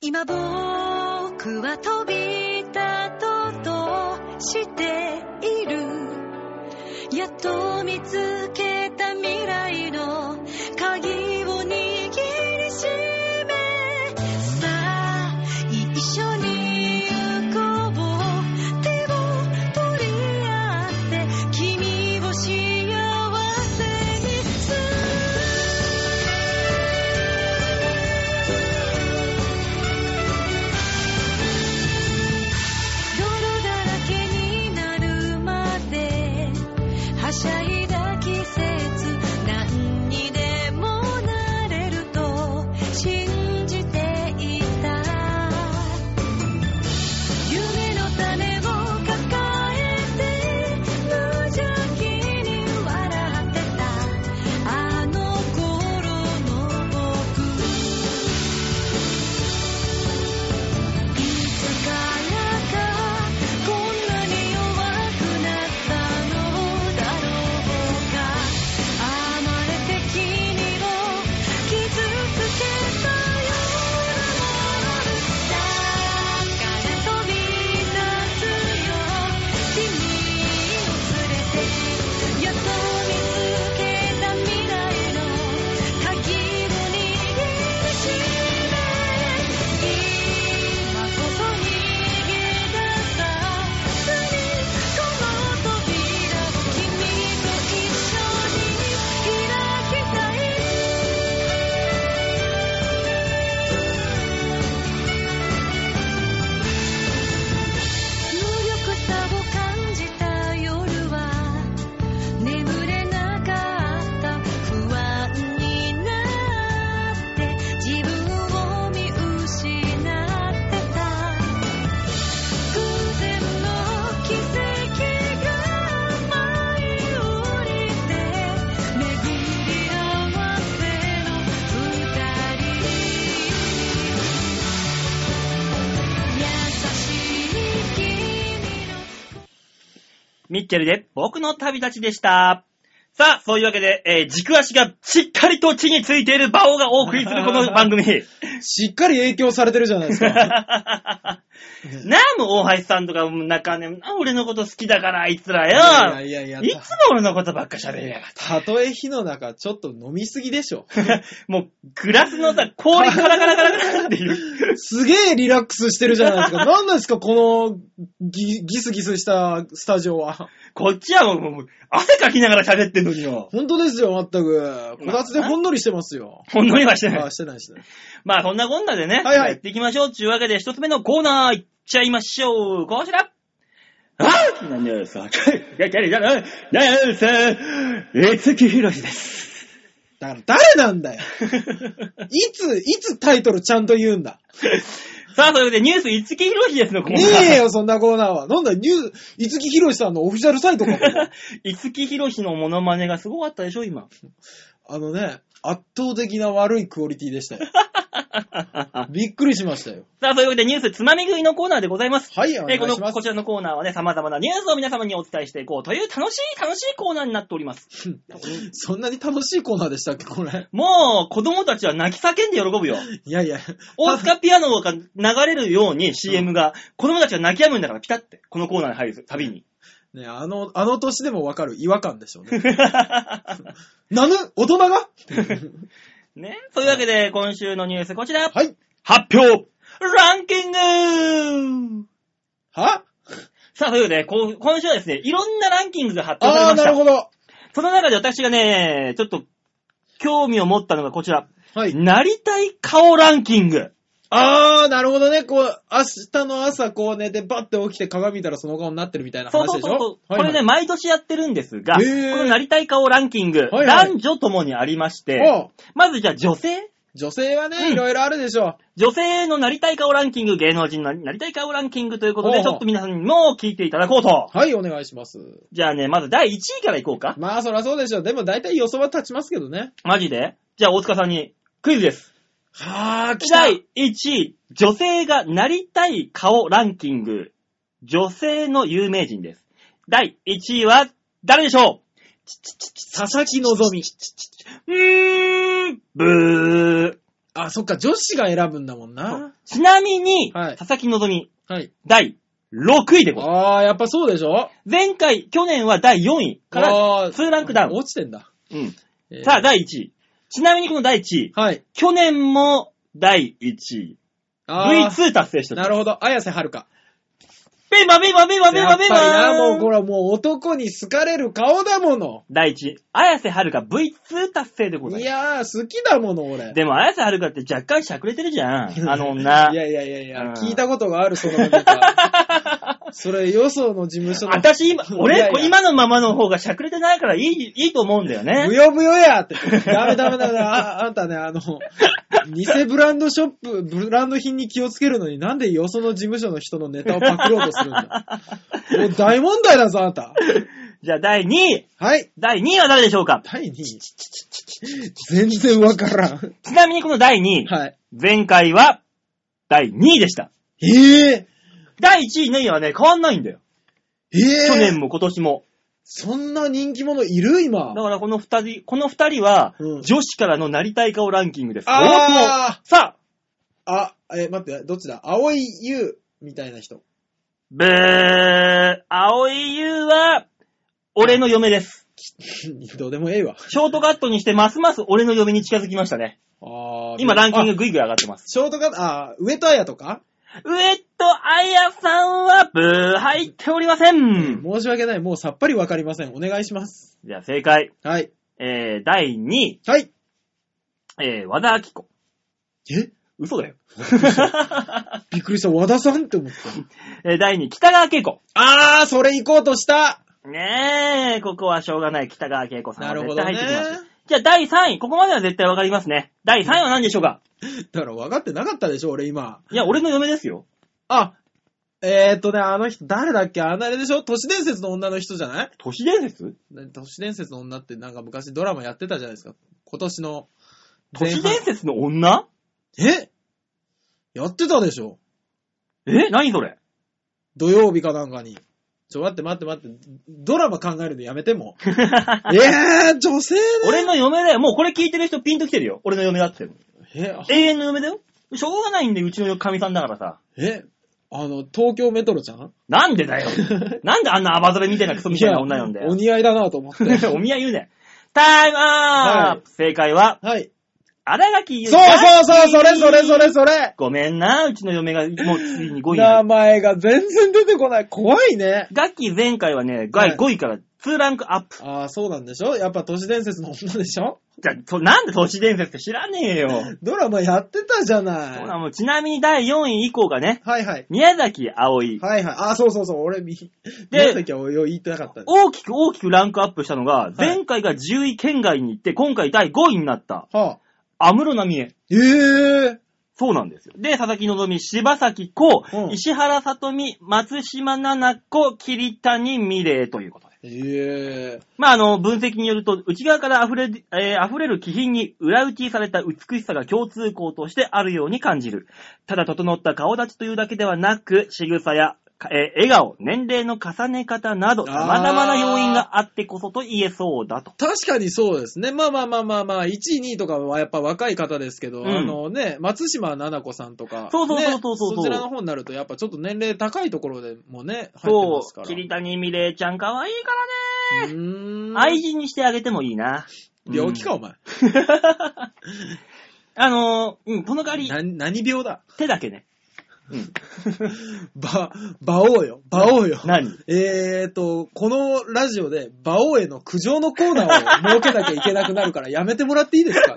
Speaker 3: 今僕は飛び立とうとしているやっと見つけた未来の鍵を握りしめさあ一緒に行こう手を取り合って君を幸せにする泥だらけになるまではしゃいだ季節何にでもなれると信じていた夢の種を抱えて無邪気に笑ってたあの頃の僕いつからかこんなに弱くなったのだろう
Speaker 2: ミッチェルで僕の旅立ちでした。さあ、そういうわけで、えー軸足がしっかりと地についている馬王がお送りするこの 番組。
Speaker 1: しっかり影響されてるじゃないですか。
Speaker 2: なあ、もう大橋さんとか、中根、なあ俺のこと好きだから、あいつら
Speaker 1: いや
Speaker 2: よ。
Speaker 1: いやいやい
Speaker 2: いつ
Speaker 1: や
Speaker 2: も。俺のことばっか喋りやがって。
Speaker 1: たとえ火の中、ちょっと飲みすぎでしょ。
Speaker 2: もう、グラスのさ、氷カラカラカラカラっていう。
Speaker 1: すげえリラックスしてるじゃな いですか。何なんですか、このギギスギスしたスタジオは。
Speaker 2: こっちはもう、もうもう汗かきながら喋ってんのによ。
Speaker 1: 本当ですよ、まったく。こたつでほんのりしてますよ。
Speaker 2: ほんのりはしてない
Speaker 1: あ、。してないしてない。
Speaker 2: まあ、そんなこんなでね、
Speaker 1: はいはい
Speaker 2: やっていきましょう。というわけで、一つ目のコーナー、いっちゃいましょう。こちらあなんでさ、キャリじゃない、ねえ、さ、五木ひろしです。
Speaker 1: だから誰なんだよ。いつ、いつタイトルちゃんと言うんだ。
Speaker 2: さあ、というわけで、ニュース五木ひろしですのコーナ
Speaker 1: ねえ
Speaker 2: ー。
Speaker 1: よ、そんなコーナーは。なんだ、ニュー、いつきひろしさんのオフィシャルサイトか。ここ
Speaker 2: 五木ひろしのモノマネがすごかったでしょ、今。
Speaker 1: あのね、圧倒的な悪いクオリティでし たよ。びっくりしましたよ。
Speaker 2: さあ、というわけで、ニュースつまみ食いのコーナーでございます。
Speaker 1: はい、お
Speaker 2: えー
Speaker 1: 願
Speaker 2: こ
Speaker 1: い
Speaker 2: の、
Speaker 1: しま
Speaker 2: こち
Speaker 1: す。
Speaker 2: らのコーナーはね、様々なニュースを皆様にお伝えしていこうという楽しい、楽しいコーナーになっております。
Speaker 1: そんなに楽しいコーナーでしたっけ、これ。
Speaker 2: もう、子供たちは泣き叫んで喜ぶよ。
Speaker 1: いやいや。
Speaker 2: 大塚ピアノが流れるように CM が、子供たちが泣き止むんだからピタって、このコーナーに入るたびに。
Speaker 1: ね、あの、あの年でもわかる違和感でしょう ね。なぬ大人が
Speaker 2: ね。というわけで、今週のニュースこちら。
Speaker 1: はい。
Speaker 2: 発表ランキング
Speaker 1: は
Speaker 2: さあ、というわけで、こう今週はですね、いろんなランキングが発表され
Speaker 1: ああ、
Speaker 2: まし
Speaker 1: な
Speaker 2: た。
Speaker 1: るほど。
Speaker 2: その中で私がね、ちょっと、興味を持ったのがこちら。
Speaker 1: はい。
Speaker 2: なりたい顔ランキング。
Speaker 1: ああ、なるほどね。こう、明日の朝こう寝てバッて起きて鏡見たらその顔になってるみたいな
Speaker 2: そう
Speaker 1: 話
Speaker 2: そう
Speaker 1: でし
Speaker 2: そう
Speaker 1: ょ
Speaker 2: そう。
Speaker 1: はい
Speaker 2: これね、
Speaker 1: はい
Speaker 2: 毎年やってるんですが、こ
Speaker 1: へー
Speaker 2: のなりたい顔ランキング、
Speaker 1: はいはい
Speaker 2: 男女ともにありまして、
Speaker 1: おう
Speaker 2: まずじゃあ女性
Speaker 1: 女性はね、
Speaker 2: うん
Speaker 1: いろいろあるでしょ
Speaker 2: 女性のなりたい顔ランキング、芸能人のなりたい顔ランキングということ
Speaker 1: お
Speaker 2: で、
Speaker 1: う
Speaker 2: ちょっと皆さんにも聞いていただこうと。
Speaker 1: う。はい、お願いします。
Speaker 2: じゃあね、まず第1位からいこうか。
Speaker 1: まあ、そりゃそうでしょう。でも大体予想は立ちますけどね。
Speaker 2: マジでじゃあ大塚さんにクイズです。
Speaker 1: はあ、来た。
Speaker 2: 第1位、女性がなりたい顔ランキング、女性の有名人です。第1位は誰でしょ
Speaker 1: 佐々木希。
Speaker 2: ううーん、ブー。
Speaker 1: あ、そっか、女子が選ぶんだもんな。
Speaker 2: ちなみに、
Speaker 1: はい
Speaker 2: 佐々木希、
Speaker 1: はい。
Speaker 2: 第6位でございます。
Speaker 1: ああ、やっぱそうでしょ
Speaker 2: 前回、去年は第4位から、
Speaker 1: あー
Speaker 2: 2ランクダウン
Speaker 1: 落ちてんだ。
Speaker 2: うん
Speaker 1: えー
Speaker 2: さあ、第1位。ちなみにこの第1位、
Speaker 1: はい。
Speaker 2: 去年も第1位。
Speaker 1: あー
Speaker 2: V2 達成した。
Speaker 1: なるほど。綾瀬はるか。
Speaker 2: ペンバペンバペンバペン
Speaker 1: や
Speaker 2: バ
Speaker 1: っぱ
Speaker 2: ペ
Speaker 1: り
Speaker 2: ンバ
Speaker 1: な、もうこれはもう男に好かれる顔だもの。
Speaker 2: 第1位、綾瀬はるか V2 達成でござ
Speaker 1: い
Speaker 2: いま
Speaker 1: やー、好きだもの、俺。
Speaker 2: す。でも、綾瀬はるかって若干しゃくれてるじゃん。あの女
Speaker 1: い。やいやいやいや、
Speaker 2: うん
Speaker 1: 聞いたことがある、そのネタ。 それ、よその事務所の。
Speaker 2: 私今、俺
Speaker 1: いやいや
Speaker 2: 今のままの方がしゃくれてないからいい、いいと思うんだよね
Speaker 1: ぶ。よぶよやって。ダメダメダメ。あ、あんたね、あの、偽ブランドショップ、ブランド品に気をつけるのになんでよその事務所の人のネタをパクろうとするんだ。もう大問題だぞ、あんた。
Speaker 2: じゃあ、第2位。
Speaker 1: はい。
Speaker 2: 第2位は誰でしょうか
Speaker 1: 第2位。全然わからん。
Speaker 2: ちなみにこの第2位、
Speaker 1: はい。
Speaker 2: 前回は第2位でした。
Speaker 1: ええ
Speaker 2: 第1位の位はね、変わんないんだよ。
Speaker 1: ええ
Speaker 2: 去年も今年も。
Speaker 1: そんな人気者いる今
Speaker 2: だ。からこの二人、この二人は
Speaker 1: う、ん
Speaker 2: 女子からのなりたい顔ランキングです。
Speaker 1: あ
Speaker 2: 大久保さあ、
Speaker 1: あ、え、待って、どっちだ青い優みたいな人。
Speaker 2: ブー、青井優は、俺の嫁です。
Speaker 1: どうでもええわ。
Speaker 2: ショートカットにして、ますます俺の嫁に近づきましたね。
Speaker 1: あー
Speaker 2: 今ランキング
Speaker 1: あ
Speaker 2: ぐいぐい上がってます。
Speaker 1: ショートカット、あー、上戸彩とか、
Speaker 2: ウエット・アイヤさんは、ブー、入っておりません。
Speaker 1: 申し訳ない。もうさっぱりわかりません。お願いします。
Speaker 2: じゃあ正解。
Speaker 1: はい。
Speaker 2: えー、第2位、
Speaker 1: はい。
Speaker 2: えー、和田明子。
Speaker 1: え
Speaker 2: 嘘だよ。
Speaker 1: びっくりした。和田さんって思った。
Speaker 2: えー、第2位、北川景子。
Speaker 1: あー、それ行こうとした
Speaker 2: ねえ、ここはしょうがない北川景子さん
Speaker 1: な
Speaker 2: は
Speaker 1: るほ
Speaker 2: 絶
Speaker 1: ど
Speaker 2: 対
Speaker 1: ね
Speaker 2: 入ってきます。。じゃあ第3位、ここまでは絶対わかりますね。第3位は何でしょうか
Speaker 1: だから分かってなかったでしょ、俺今。
Speaker 2: いや、俺の嫁ですよ。
Speaker 1: あ、えーっとね、あの人、誰だっけあのあれでしょ都市伝説の女の人じゃない
Speaker 2: 都市伝説
Speaker 1: な都市伝説の女ってなんか昔ドラマやってたじゃないですか。今年の
Speaker 2: 都
Speaker 1: 前
Speaker 2: 市
Speaker 1: 半。
Speaker 2: 伝説の女
Speaker 1: えやってたでしょ
Speaker 2: え何それ
Speaker 1: 土曜日かなんかに。ちょ、待って待って待って。ドラマ考えるのやめても。えー、女性ね。
Speaker 2: 俺の嫁だよ。もうこれ聞いてる人ピンと来てるよ。俺の嫁だって。
Speaker 1: え、
Speaker 2: 永遠の嫁だよ。しょうがないんで、うちの神さんだからさ。
Speaker 1: え、あの、東京メトロちゃん
Speaker 2: なんでだ よ。なんであんなアバゾレみたいなクソみたいな女なんだ
Speaker 1: いやお
Speaker 2: よ。
Speaker 1: 似合いだなと思って。
Speaker 2: お見合い言うね。タイムアップ、正解は、
Speaker 1: はい。
Speaker 2: 荒垣
Speaker 1: そう
Speaker 2: 結衣
Speaker 1: そうそう、それそれそれそれ。
Speaker 2: ごめんな、うちの嫁がもうついに5位にな
Speaker 1: 名
Speaker 2: る。
Speaker 1: 前が全然出てこない。怖いね。
Speaker 2: ガッキー前回はね、
Speaker 1: はい
Speaker 2: 5位から2ランクアップ。
Speaker 1: ああ、そうなんでしょやっぱ都市伝説の女でしょ
Speaker 2: じゃあ、そなんで都市伝説って知らねえよ。
Speaker 1: ドラマやってたじゃない。
Speaker 2: そうなのちなみに第4位以降がね、
Speaker 1: はいはい。
Speaker 2: 宮崎葵。
Speaker 1: はいはい。あ、そうそうそう。俺、み、宮崎はおよ言ってなかった。
Speaker 2: 大きく大きくランクアップしたのが、前回が10位圏外に行って、今回第5位になった、
Speaker 1: はあ。
Speaker 2: 安室奈美恵。
Speaker 1: ええー。
Speaker 2: そうなんですよ。で、佐々木希、柴咲コウ、
Speaker 1: うん
Speaker 2: 石原さとみ、松島奈々子、桐谷美玲ということで。
Speaker 1: ええ
Speaker 2: まあ、あの、分析によると、内側から溢れ、えー溢れる気品に裏打ちされた美しさが共通項としてあるように感じる。ただ整った顔立ちというだけではなく、仕草や、えー笑顔、年齢の重ね方など、様々な要因があってこそと言えそうだと。
Speaker 1: 確かにそうですね。まあまあまあまあまあ、1位、2位とかはやっぱ若い方ですけど、
Speaker 2: うん
Speaker 1: あのね、松島菜々子さんとか、
Speaker 2: そうそうそう
Speaker 1: ね
Speaker 2: そうそう
Speaker 1: そちらの方になると、やっぱちょっと年齢高いところでもね、入って
Speaker 2: そ
Speaker 1: ますか
Speaker 2: う、
Speaker 1: ら。
Speaker 2: 桐谷美玲ちゃん可愛いからね。
Speaker 1: うーん
Speaker 2: 愛人にしてあげてもいいな。
Speaker 1: 病気か、
Speaker 2: うん
Speaker 1: お前。
Speaker 2: あのー、うん、この代わり、
Speaker 1: 何、何病だ
Speaker 2: 手だけね。
Speaker 1: ば、馬王よ。馬王よ。
Speaker 2: 何
Speaker 1: えーと、このラジオで、馬王への苦情のコーナーを設けなきゃいけなくなるから、やめてもらっていいです か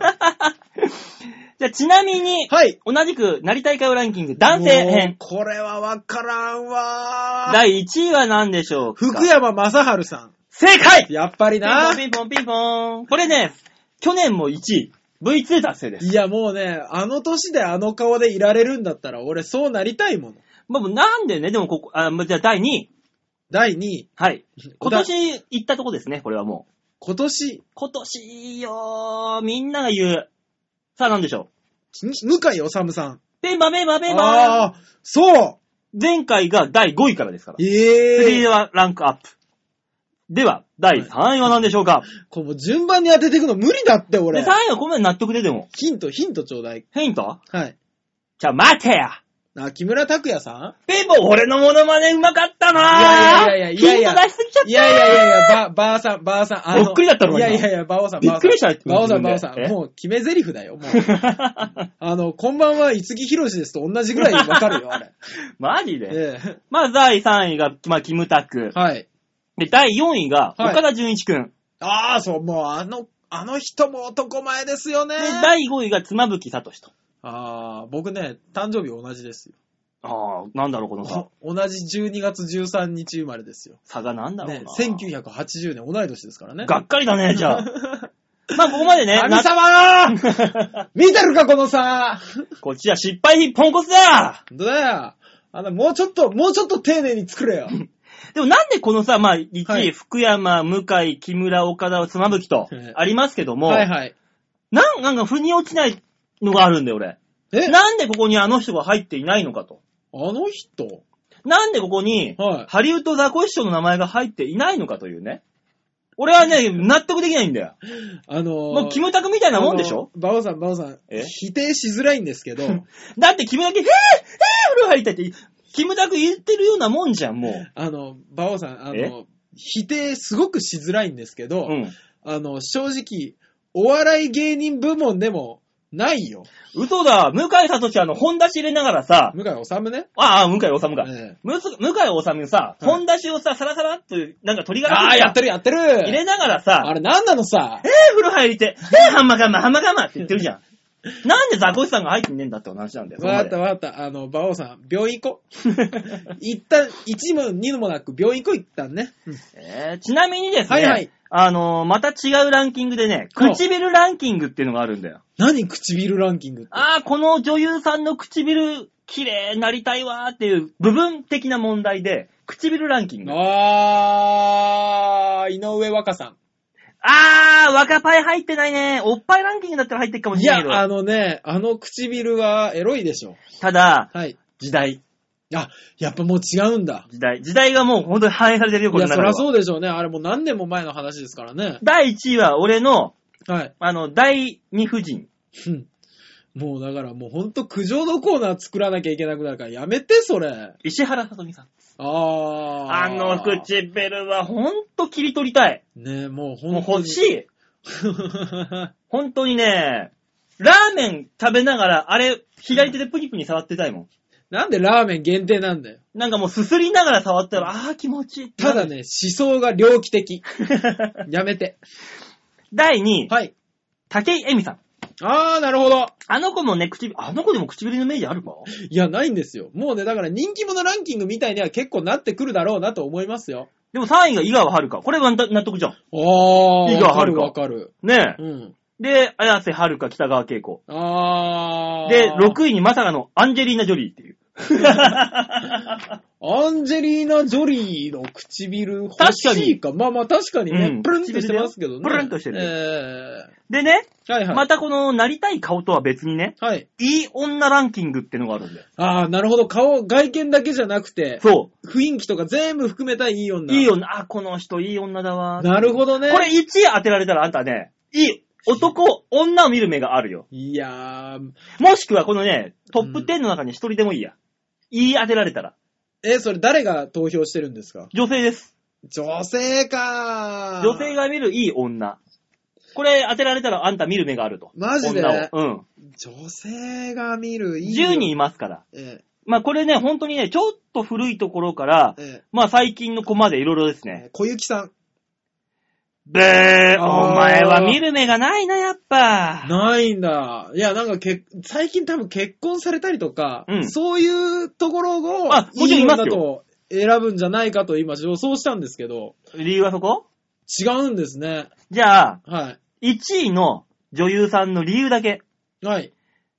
Speaker 2: じゃあ、ちなみに、
Speaker 1: はい。
Speaker 2: 同じく、なりたい会をランキング、男性
Speaker 1: もう
Speaker 2: 編。
Speaker 1: これはわからんわー。
Speaker 2: 第1位は何でしょうか
Speaker 1: 福山雅治さん。
Speaker 2: 正解
Speaker 1: やっぱりな。
Speaker 2: ピンポンピンポンピンポン。これね、去年も1位。V2 達成です。
Speaker 1: いや、もうね、あの年であの顔でいられるんだったら、俺そうなりたいもの。
Speaker 2: まあ、もうなんでね、でもここ、あじゃあ第2位。
Speaker 1: 第2位、
Speaker 2: はい。
Speaker 1: 小
Speaker 2: 今
Speaker 1: 田
Speaker 2: 年行ったとこですね、これはもう。
Speaker 1: 今年、
Speaker 2: 今年よー、みんなが言う。さあ何でしょう
Speaker 1: 向井治さん。
Speaker 2: ペンバーペンバーペンバー
Speaker 1: ああ、そ
Speaker 2: 前回が第5位からですから
Speaker 1: う。
Speaker 2: 次で
Speaker 1: ええー。
Speaker 2: はランクアップ。では、第3位は何でしょうか、
Speaker 1: これもう順番に当てていくの無理だって、
Speaker 2: で、
Speaker 1: 俺
Speaker 2: 3。位はこの納得ででも。
Speaker 1: ヒント、ヒントちょうだい。
Speaker 2: ヒント
Speaker 1: はい。
Speaker 2: じゃあ待てや
Speaker 1: あ、木村拓哉さ
Speaker 2: ペンポ俺のモノマネうまかったない
Speaker 1: やいやいやいやいや
Speaker 2: ヒント出しすぎちゃった
Speaker 1: んいやいやいやい や、ば、ばあさん、ばあさん。あの
Speaker 2: びっくりだったろ
Speaker 1: いやい
Speaker 2: 今
Speaker 1: やいや、ばおさん、
Speaker 2: びっくりした
Speaker 1: ばおさん、ばおさん。
Speaker 2: え
Speaker 1: もう決め台詞だよ、もう。あの、こんばんは、五木ひろしですと同じぐらいわかるよ、あ れ。
Speaker 2: マジで、
Speaker 1: ええ
Speaker 2: まあ、第3位が、まあ、キムタク。
Speaker 1: はい。
Speaker 2: で、第4位が、
Speaker 1: はい
Speaker 2: 岡田純一くん。
Speaker 1: ああ、そう、もうあの、あの人も男前ですよね。
Speaker 2: で、第5位が、妻夫木聡と。
Speaker 1: ああ、僕ね、誕生日同じですよ。
Speaker 2: ああ、なんだろう、この差。
Speaker 1: お 同じ12月13日生まれですよ。
Speaker 2: 差がなんだろうな。
Speaker 1: ね、1980年、同い年ですからね。
Speaker 2: がっかりだね、じ ゃあ。まあ、ここまでね。
Speaker 1: 神様見てるか、このさ
Speaker 2: こっちは失敗にポンコツだ
Speaker 1: どうだよ。あの、もうちょっと、もうちょっと丁寧に作れよ。
Speaker 2: でもなんでこのさ、まあ、1位、
Speaker 1: はい
Speaker 2: 福山、向井、木村、岡田、妻夫木と
Speaker 1: ええ、
Speaker 2: ありますけども、
Speaker 1: はいはい。
Speaker 2: なんなんか腑に落ちないのがあるんだよ、俺。
Speaker 1: え、あ
Speaker 2: なんでここにあの人が入っていないのかと。
Speaker 1: の人
Speaker 2: なんでここに、
Speaker 1: はい。
Speaker 2: ハリウッドザコシショウの名前が入っていないのかというね。俺はね、納得できないんだよ。
Speaker 1: あのー、
Speaker 2: もうキムタクみたいなもんでしょ
Speaker 1: あのバオさん、バオさん
Speaker 2: え、
Speaker 1: 否定しづらいんですけど、
Speaker 2: だってキムタク、へぇへぇ風呂入ったって、キムタク言ってるようなもんじゃん、もう。
Speaker 1: あの、バオさん、あの
Speaker 2: え、
Speaker 1: 否定すごくしづらいんですけど、
Speaker 2: うん。
Speaker 1: あの、正直、お笑い芸人部門でもないよ。
Speaker 2: 嘘だ、向井聡ちゃんの本出し入れながらさ、
Speaker 1: 向井治ね。
Speaker 2: ああ、向井治か。
Speaker 1: ええ
Speaker 2: むす向井治のさ、
Speaker 1: い
Speaker 2: 本出しをさ、サラサラっと、なんか鳥が
Speaker 1: ああ、やって
Speaker 2: る。
Speaker 1: るやってる
Speaker 2: 入れながらさ
Speaker 1: あ、れなんなのさ
Speaker 2: えー、風呂入りて、えー、ハンマガンマ、ハンマガンマって言ってるじゃん。なんでザコシさんが入ってんねえんだって話なんだよ。
Speaker 1: わかった
Speaker 2: そこ
Speaker 1: わかった。あの、馬王さん、病院行こ う。一旦、一も二もなく病院行こう一旦ね。
Speaker 2: までえーちなみにですね、
Speaker 1: はいはい
Speaker 2: あのーまた違うランキングでね、
Speaker 1: ほう
Speaker 2: 唇ランキングっていうのがあるんだよ。
Speaker 1: 何唇ランキングって。
Speaker 2: ああ、この女優さんの唇、綺麗になりたいわーっていう部分的な問題で、唇ランキング。あ
Speaker 1: あー、井上若さ
Speaker 2: あー、若パイ入ってないね。おっぱいランキングだったら入ってるかも
Speaker 1: ん。い
Speaker 2: しれない
Speaker 1: や
Speaker 2: け、
Speaker 1: あ
Speaker 2: ど。
Speaker 1: のね、あの唇はエロいでしょ。
Speaker 2: ただ、
Speaker 1: はい。
Speaker 2: 時代。
Speaker 1: あ、やっぱもう違うんだ。
Speaker 2: 時代。時代がもう本当に反映されてるよ、
Speaker 1: い
Speaker 2: この
Speaker 1: や、そ
Speaker 2: 中
Speaker 1: り
Speaker 2: で
Speaker 1: ゃ
Speaker 2: は。
Speaker 1: そうでしょうね。あれもう何年も前の話ですからね。
Speaker 2: 第1位は俺の、
Speaker 1: はい。
Speaker 2: あの、第2夫人。
Speaker 1: うんもうだからもうほんと苦情のコーナー作らなきゃいけなくなるからやめて、それ。
Speaker 2: 石原さとみさん。
Speaker 1: あー。
Speaker 2: あの。唇はほんと切り取りたい。
Speaker 1: ねえ、もうほんと
Speaker 2: もう
Speaker 1: に。
Speaker 2: 欲しい。本当にね、ラーメン食べながら、あれ、左手でプニプニ触ってたいもん。
Speaker 1: なんでラーメン限定なんだよ。
Speaker 2: なんかもうすすりながら触ったら、あー気持ちいい。
Speaker 1: ただ。ね、思想が猟奇的。やめて。
Speaker 2: 第2位、
Speaker 1: はい。
Speaker 2: 竹井恵美さん。
Speaker 1: あー、なるほど。
Speaker 2: あの子もね、唇、あの子でも唇のイメージあるか
Speaker 1: いや、ないんですよ。もうね、だから人気者ランキングみたいには結構なってくるだろうなと思いますよ。
Speaker 2: でも3位が井川遥。これは納得じゃん。
Speaker 1: あ
Speaker 2: 意
Speaker 1: ー、
Speaker 2: が
Speaker 1: わか
Speaker 2: ある
Speaker 1: る
Speaker 2: か
Speaker 1: わかる。
Speaker 2: ねえ。
Speaker 1: うん。
Speaker 2: で、綾瀬はるか、北川景子。
Speaker 1: あー。
Speaker 2: で、6位にまさかのアンジェリーナ・ジョリーっていう。
Speaker 1: アンジェリーナ・ジョリーの唇欲しいか。まあまあ確かにね、
Speaker 2: うん
Speaker 1: プルンとしてますけどね。
Speaker 2: プルンとしてる
Speaker 1: え
Speaker 2: でね、
Speaker 1: えはいはい。
Speaker 2: またこのなりたい顔とは別にね、
Speaker 1: はい。
Speaker 2: いい女ランキングってのがあるんだよ。
Speaker 1: ああ、なるほど。顔、外見だけじゃなくて、
Speaker 2: そ
Speaker 1: 雰囲気とか全部含めたいい女。
Speaker 2: う。いい女、あ、この人いい女だわ。
Speaker 1: なるほどね。
Speaker 2: これ1位当てられたらあんたね、いい男、女を見る目があるよ。
Speaker 1: いやー、
Speaker 2: もしくはこのね、トップ10の中に一人でもいいや。言い当てられたら。
Speaker 1: え、それ誰が投票してるんですか
Speaker 2: 女性です。
Speaker 1: 女性かー
Speaker 2: 女性。が見るいい女。これ当てられたらあんた見る目があると。
Speaker 1: マジで
Speaker 2: 女を。うん。
Speaker 1: 女性が見るいい女。
Speaker 2: 10人いますから。
Speaker 1: え
Speaker 2: まあこれね、本当にね、ちょっと古いところから
Speaker 1: え、、え
Speaker 2: まあ最近の子までいろいろです
Speaker 1: え
Speaker 2: ね。
Speaker 1: 小雪さん。
Speaker 2: ブー
Speaker 1: あー
Speaker 2: お前は見る目がないな、やっぱ。
Speaker 1: ないんだ。いや、なんかけ、最近多分結婚されたりとか、
Speaker 2: うん
Speaker 1: そういうところを、
Speaker 2: あもちろんいますよ
Speaker 1: いい女と選ぶんじゃないかと今予想したんですけど、
Speaker 2: 理由はそこ
Speaker 1: 違うんですね。
Speaker 2: じゃあ、
Speaker 1: は
Speaker 2: 1位の女優さんの理由だけ。
Speaker 1: い。はい。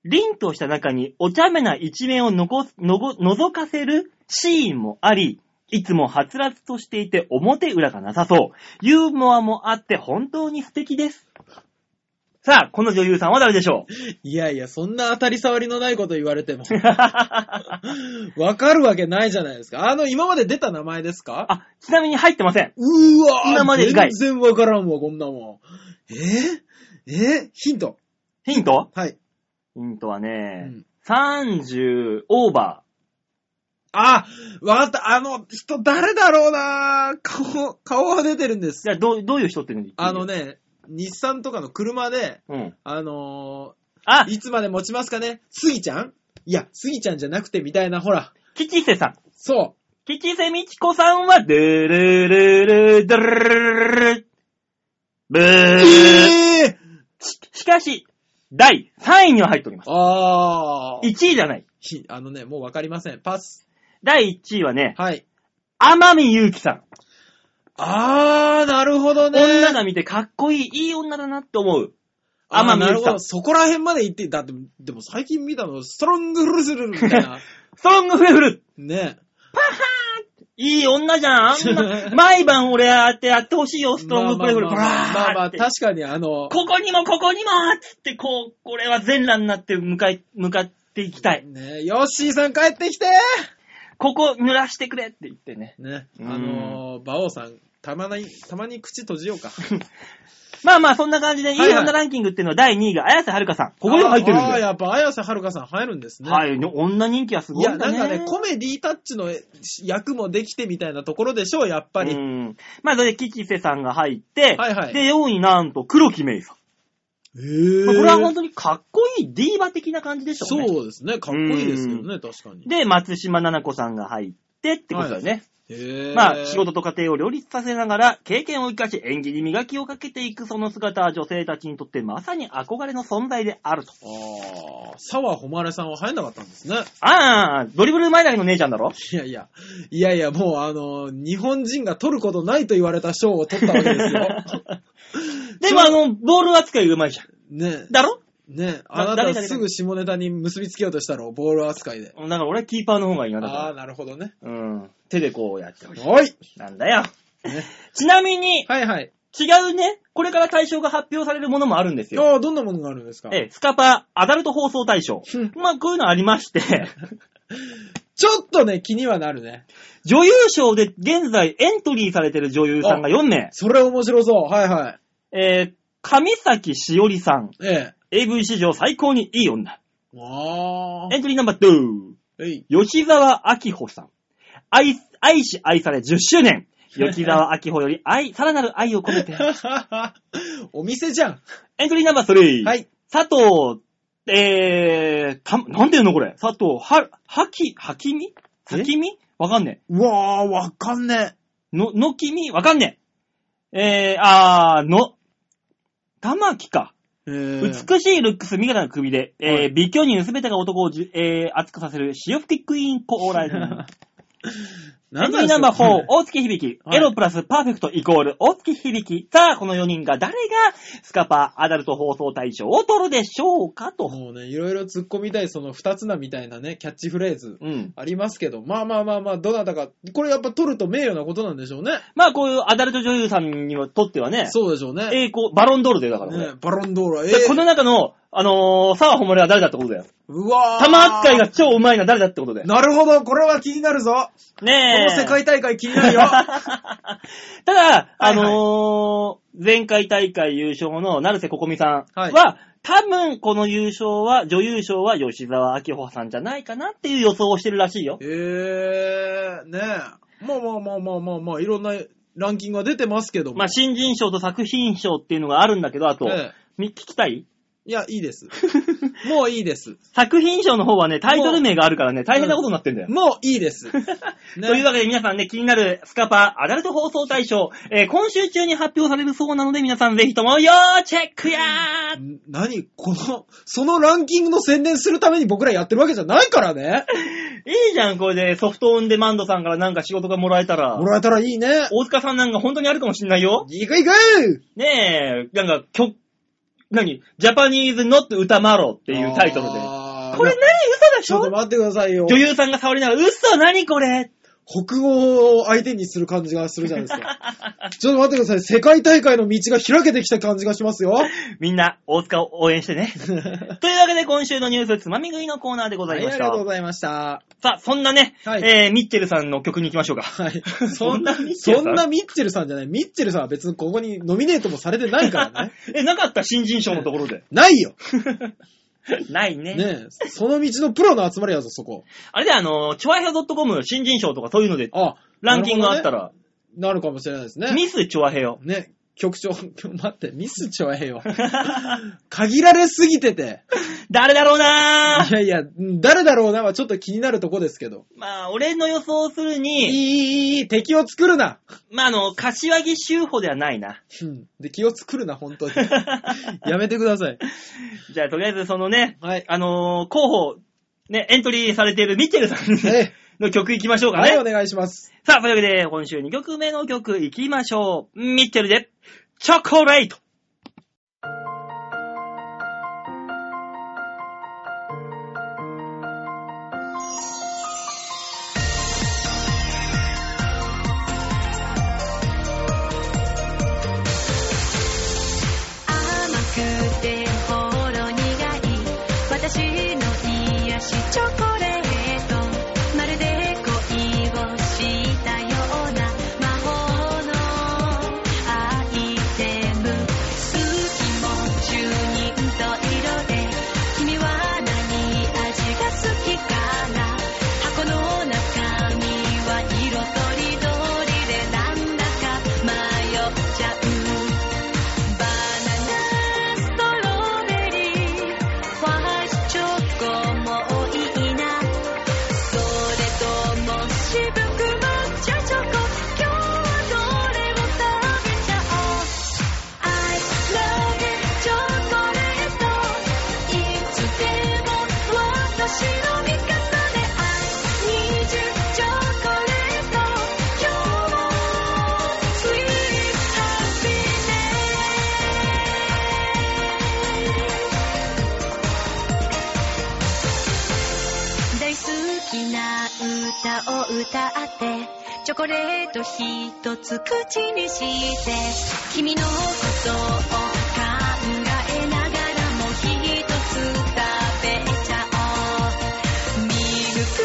Speaker 2: 凛とした中にお茶目な一面を残す、のご、覗かせるシーンもあり、いつもはつらつとしていて表裏がなさそう。ユーモアもあって本当に素敵です。さあ、この女優さんは誰でしょう
Speaker 1: いやいや、そんな当たり障りのないこと言われ ても。わかるわけないじゃないですか。あの、今まで出た名前ですか
Speaker 2: あ、ちなみに入ってません。
Speaker 1: うーわー
Speaker 2: 今まで以外
Speaker 1: 全然わからんわ、こんなもん。えー、えーヒント。
Speaker 2: ヒント
Speaker 1: はい。
Speaker 2: ヒントは
Speaker 1: う
Speaker 2: ね、
Speaker 1: ん
Speaker 2: 30オーバ
Speaker 1: あ、わかった。あの人、誰だろうな顔、顔は出てるんで
Speaker 2: ー。
Speaker 1: す
Speaker 2: じ。ゃあ、どう、どういう人っていうのに
Speaker 1: あの。ね、日産とかの車で、
Speaker 2: うん。
Speaker 1: あの
Speaker 2: あ
Speaker 1: ー、、いつまで持ちますかねスギちゃんいや、スギちゃんじゃなくてみたいな、ほら。
Speaker 2: 吉瀬さん。
Speaker 1: そ
Speaker 2: 吉瀬美智子さんは、ドゥルルル、ドゥルルルル、ブ
Speaker 1: う。
Speaker 2: ー。
Speaker 1: え
Speaker 2: しかし、第3位には入っております。
Speaker 1: あー
Speaker 2: 1位じゃない。
Speaker 1: ひあのね、もうわかりません。パス。
Speaker 2: 第1位はね、
Speaker 1: はい。
Speaker 2: 天海祐希さん。
Speaker 1: あー、なるほどね。
Speaker 2: 女が見てかっこいい、いい女だなって思う。
Speaker 1: あ
Speaker 2: 天
Speaker 1: まあ、
Speaker 2: 海
Speaker 1: な
Speaker 2: 祐
Speaker 1: る
Speaker 2: 希
Speaker 1: ほ
Speaker 2: さん
Speaker 1: ど。。そこら辺まで行って、だって、でも最近見たの、ストロングフルスルルみたいな。
Speaker 2: ストロングフレフル。
Speaker 1: ね。
Speaker 2: いい女じゃん。あんな、毎晩俺あってやってほしいよ、ストロングプレイフル。
Speaker 1: まあまあまあまあま
Speaker 2: バー
Speaker 1: あ、
Speaker 2: って
Speaker 1: 確かにあ
Speaker 2: こ
Speaker 1: の、
Speaker 2: こにもここにもつって、こう、これは全裸になって向かい、向かっていきたい。
Speaker 1: ね、ヨッシーさん帰ってきて
Speaker 2: ここ濡らしてくれって言ってね。
Speaker 1: ね、
Speaker 2: うん
Speaker 1: あのー、馬王さん、たまに、たまに口閉じようか。
Speaker 2: まあまあ、そんな感じで、いい
Speaker 1: はいはい
Speaker 2: 女ランキングっていうのは第2位が綾瀬はるかさん。 ここにも入ってるん
Speaker 1: あーあ
Speaker 2: だ
Speaker 1: ー、
Speaker 2: よ。
Speaker 1: やっぱ綾瀬はるかさん入るんですね。
Speaker 2: はい、女人気はすご
Speaker 1: い
Speaker 2: い
Speaker 1: や、
Speaker 2: ん
Speaker 1: な
Speaker 2: だ
Speaker 1: ん
Speaker 2: ね。
Speaker 1: かね、コメディタッチの役もできてみたいなところでしょう、やっぱり。
Speaker 2: うん。まあ、それで、吉瀬さんが入って、
Speaker 1: はいはい
Speaker 2: で、4位なんと、黒木メイさん。
Speaker 1: へー
Speaker 2: まあこれは本当にかっこいいディーバ的な感じでしょうね。
Speaker 1: そうですね、かっこいいですけどね、確かに。
Speaker 2: で、松島菜々子さんが入ってってことだよね。
Speaker 1: へー
Speaker 2: まあ、仕事と家庭を両立させながら、経験を生かし、演技に磨きをかけていくその姿は女性たちにとってまさに憧れの存在であると。
Speaker 1: ああ、沢誉さんは入んなかったんですね。
Speaker 2: ああ、ドリブル前投げの姉ちゃんだろ
Speaker 1: いやいや、いやいや、もうあの、日本人が取ることないと言われた賞を取ったわけで すよ。
Speaker 2: でもあの、ボール扱いがうまいじゃん。
Speaker 1: ね
Speaker 2: だろ
Speaker 1: え、ねえ、あ
Speaker 2: な
Speaker 1: なた
Speaker 2: 誰々
Speaker 1: すぐ下ネタに結びつけようとしたろ、ボール扱いで。
Speaker 2: だから俺はキーパーの方がいいなだ
Speaker 1: ああ、
Speaker 2: か
Speaker 1: なるほどね。
Speaker 2: ら。うん。手でこうやってほし
Speaker 1: おい
Speaker 2: い。なんだよ。
Speaker 1: ね
Speaker 2: ちなみに、
Speaker 1: はいはい。
Speaker 2: 違うね、これから対象が発表されるものもあるんですよ。
Speaker 1: 今日どんなものがあるんですか
Speaker 2: ええ、スカパー、アダルト放送大賞
Speaker 1: うん。
Speaker 2: まあ、こういうのありまして。
Speaker 1: ちょっとね、気にはなるね。
Speaker 2: 女優賞で現在エントリーされてる女優さんが4名。
Speaker 1: それ面白そう。はいは
Speaker 2: えー、上崎しおりさん。
Speaker 1: い。え
Speaker 2: AV 史上最高にいい女。
Speaker 1: え。わ
Speaker 2: エントリーナンバー2。
Speaker 1: ー。えい。
Speaker 2: 吉沢明穂さん。愛、愛し愛され10周 年。吉沢明穂より愛、さらなる愛を込めて。
Speaker 1: お店じゃん。
Speaker 2: エントリーナンバー3。
Speaker 1: はい。
Speaker 2: 佐藤、えー、た、なんていうのこれ。佐藤、は、はき、はきみ
Speaker 1: え
Speaker 2: はきみわかんね
Speaker 1: うわー、わかんね
Speaker 2: え。の、のきみわかんねえ。えー、あー、の、玉木か。
Speaker 1: え。えー、
Speaker 2: 美しいルックス、見方の首で、えー
Speaker 1: はい
Speaker 2: 美巨人すべてが男をじ、えー、熱くさせる、潮吹きクイーンコーライ ズ。エントリーナンバー4、大月響、
Speaker 1: はい
Speaker 2: エロプラスパーフェクトイコール大月響。さあ、この4人が誰がスカパーアダルト放送大賞を取るでしょうかと。
Speaker 1: もうね、いろいろ突っ込みたい、その二つなみたいなね、キャッチフレーズ。
Speaker 2: うん。
Speaker 1: ありますけど、まあまあまあまあ、どなたか、これやっぱ取ると名誉なことなんでしょうね。
Speaker 2: まあ、こういうアダルト女優さんにとってはね、
Speaker 1: そうでしょうね。
Speaker 2: 栄光、バロンドールでだからこれ
Speaker 1: ねバロンドーラ、え
Speaker 2: だからこの中の、あのー、沢誉は誰だってことだよ。
Speaker 1: うわー
Speaker 2: 玉扱いが超うまいのは誰だってことだよ。
Speaker 1: なるほど、これは気になるぞ。こ
Speaker 2: ねえ。
Speaker 1: の世界大会気になるよ。
Speaker 2: ただ、あのー前回大会優勝の成瀬ここみさんは、
Speaker 1: はい
Speaker 2: 多分この優勝は、女優賞は吉沢明穂さんじゃないかなっていう予想をしてるらしいよ。
Speaker 1: えー、ねえ。まあまあまあまあまあまあ、いろんなランキングが出てますけども。
Speaker 2: まあ、新人賞と作品賞っていうのがあるんだけど、あと、
Speaker 1: ええ
Speaker 2: み聞きたい
Speaker 1: いや、い いです。もういいです。
Speaker 2: 作品賞の方はね、タイトル名があるからね、大変なことになってんだよ。
Speaker 1: もういい です。ね
Speaker 2: というわけで皆さんね、気になるスカパーアダルト放送大賞、えー今週中に発表されるそうなので皆さんぜひとも要チェックやー
Speaker 1: ん何この、そのランキングの宣伝するために僕らやってるわけじゃないからね。
Speaker 2: いいじゃん、これでソフトオンデマンドさんからなんか仕事がもらえたら
Speaker 1: も。らえたらいいね。
Speaker 2: 大塚さんなんか本当にあるかもしんないよ。
Speaker 1: いくいく
Speaker 2: ねえ、なんか曲、何ジャパニーズノット歌まろっていうタイトルで。
Speaker 1: あー
Speaker 2: これ何嘘でし
Speaker 1: ちょっと
Speaker 2: ょ
Speaker 1: 待ってくださいよ
Speaker 2: 女。優さんが触りながら、嘘何これ
Speaker 1: 北欧を相手にする感じがするじゃないですか。 ちょっと待ってください。世界大会の道が開けてきた感じがしますよ。
Speaker 2: みんな、大塚を応援して ね。というわけで今週のニュースつまみ食いのコーナーでござ
Speaker 1: はいい、
Speaker 2: ま
Speaker 1: あ
Speaker 2: し
Speaker 1: り
Speaker 2: た。
Speaker 1: がとうございました。
Speaker 2: さあ、そんなね、
Speaker 1: はい
Speaker 2: えー、ミッチェルさんの曲に行きましょうか。
Speaker 1: はい。
Speaker 2: そんなミッチェル
Speaker 1: そ
Speaker 2: さん
Speaker 1: んなミッチェルさんじゃない。ミッチェルさんは別にここにノミネートもされてないか らね。
Speaker 2: え、なかった新人賞のとこ ろで。
Speaker 1: ないよ。
Speaker 2: ないね。
Speaker 1: ねえ。その道のプロの集まりやぞ、そこ。
Speaker 2: あれで、あの、チョアヘア .com 新人賞とかそういうので、
Speaker 1: あ、
Speaker 2: ランキングがあった
Speaker 1: ら。
Speaker 2: ら、
Speaker 1: なるかもしれないですね。
Speaker 2: ミスチョアヘ ア。
Speaker 1: ね、局長、待って、ミスちょえよ。限られすぎ てて。
Speaker 2: 誰だろうない
Speaker 1: やいや、うん誰だろうなはちょっと気になるとこですけど。
Speaker 2: まあ、俺の予想する
Speaker 1: いい
Speaker 2: に、
Speaker 1: いいいい、敵を作るな。
Speaker 2: まあ、あの、柏木修法ではない な。
Speaker 1: うん。で、気を作るな、本当に。 やめてください。
Speaker 2: じゃあ、とりあえずそのね、
Speaker 1: はい。
Speaker 2: あのー候補、ね、エントリーされているミッチェルさん
Speaker 1: え
Speaker 2: の曲いきましょうか
Speaker 1: は
Speaker 2: ね。
Speaker 1: い、お願いします。
Speaker 2: さあ、というわけで、今週2曲目の曲いきましょう。ミッチェルで、チョコレート
Speaker 3: 甘くてほろ苦い私の癒しチョコレートまるで恋をしたような魔法のアイテム好きも中人と色で君は何味が好きかな箱の中身は色とりどりでなんだか迷っちゃうバナナ、ストロベリー、ファイスチョコもいいな。それとも渋く抹茶チョコ、今日はどれも食べちゃおう。I love it チョコレート、いつでも私の味方で I need you チョコレート、今日も Sweet Happiness 大好きな歌を歌ってチョコレート一つ口にして君のことを考えながらも一つ食べちゃおうミルク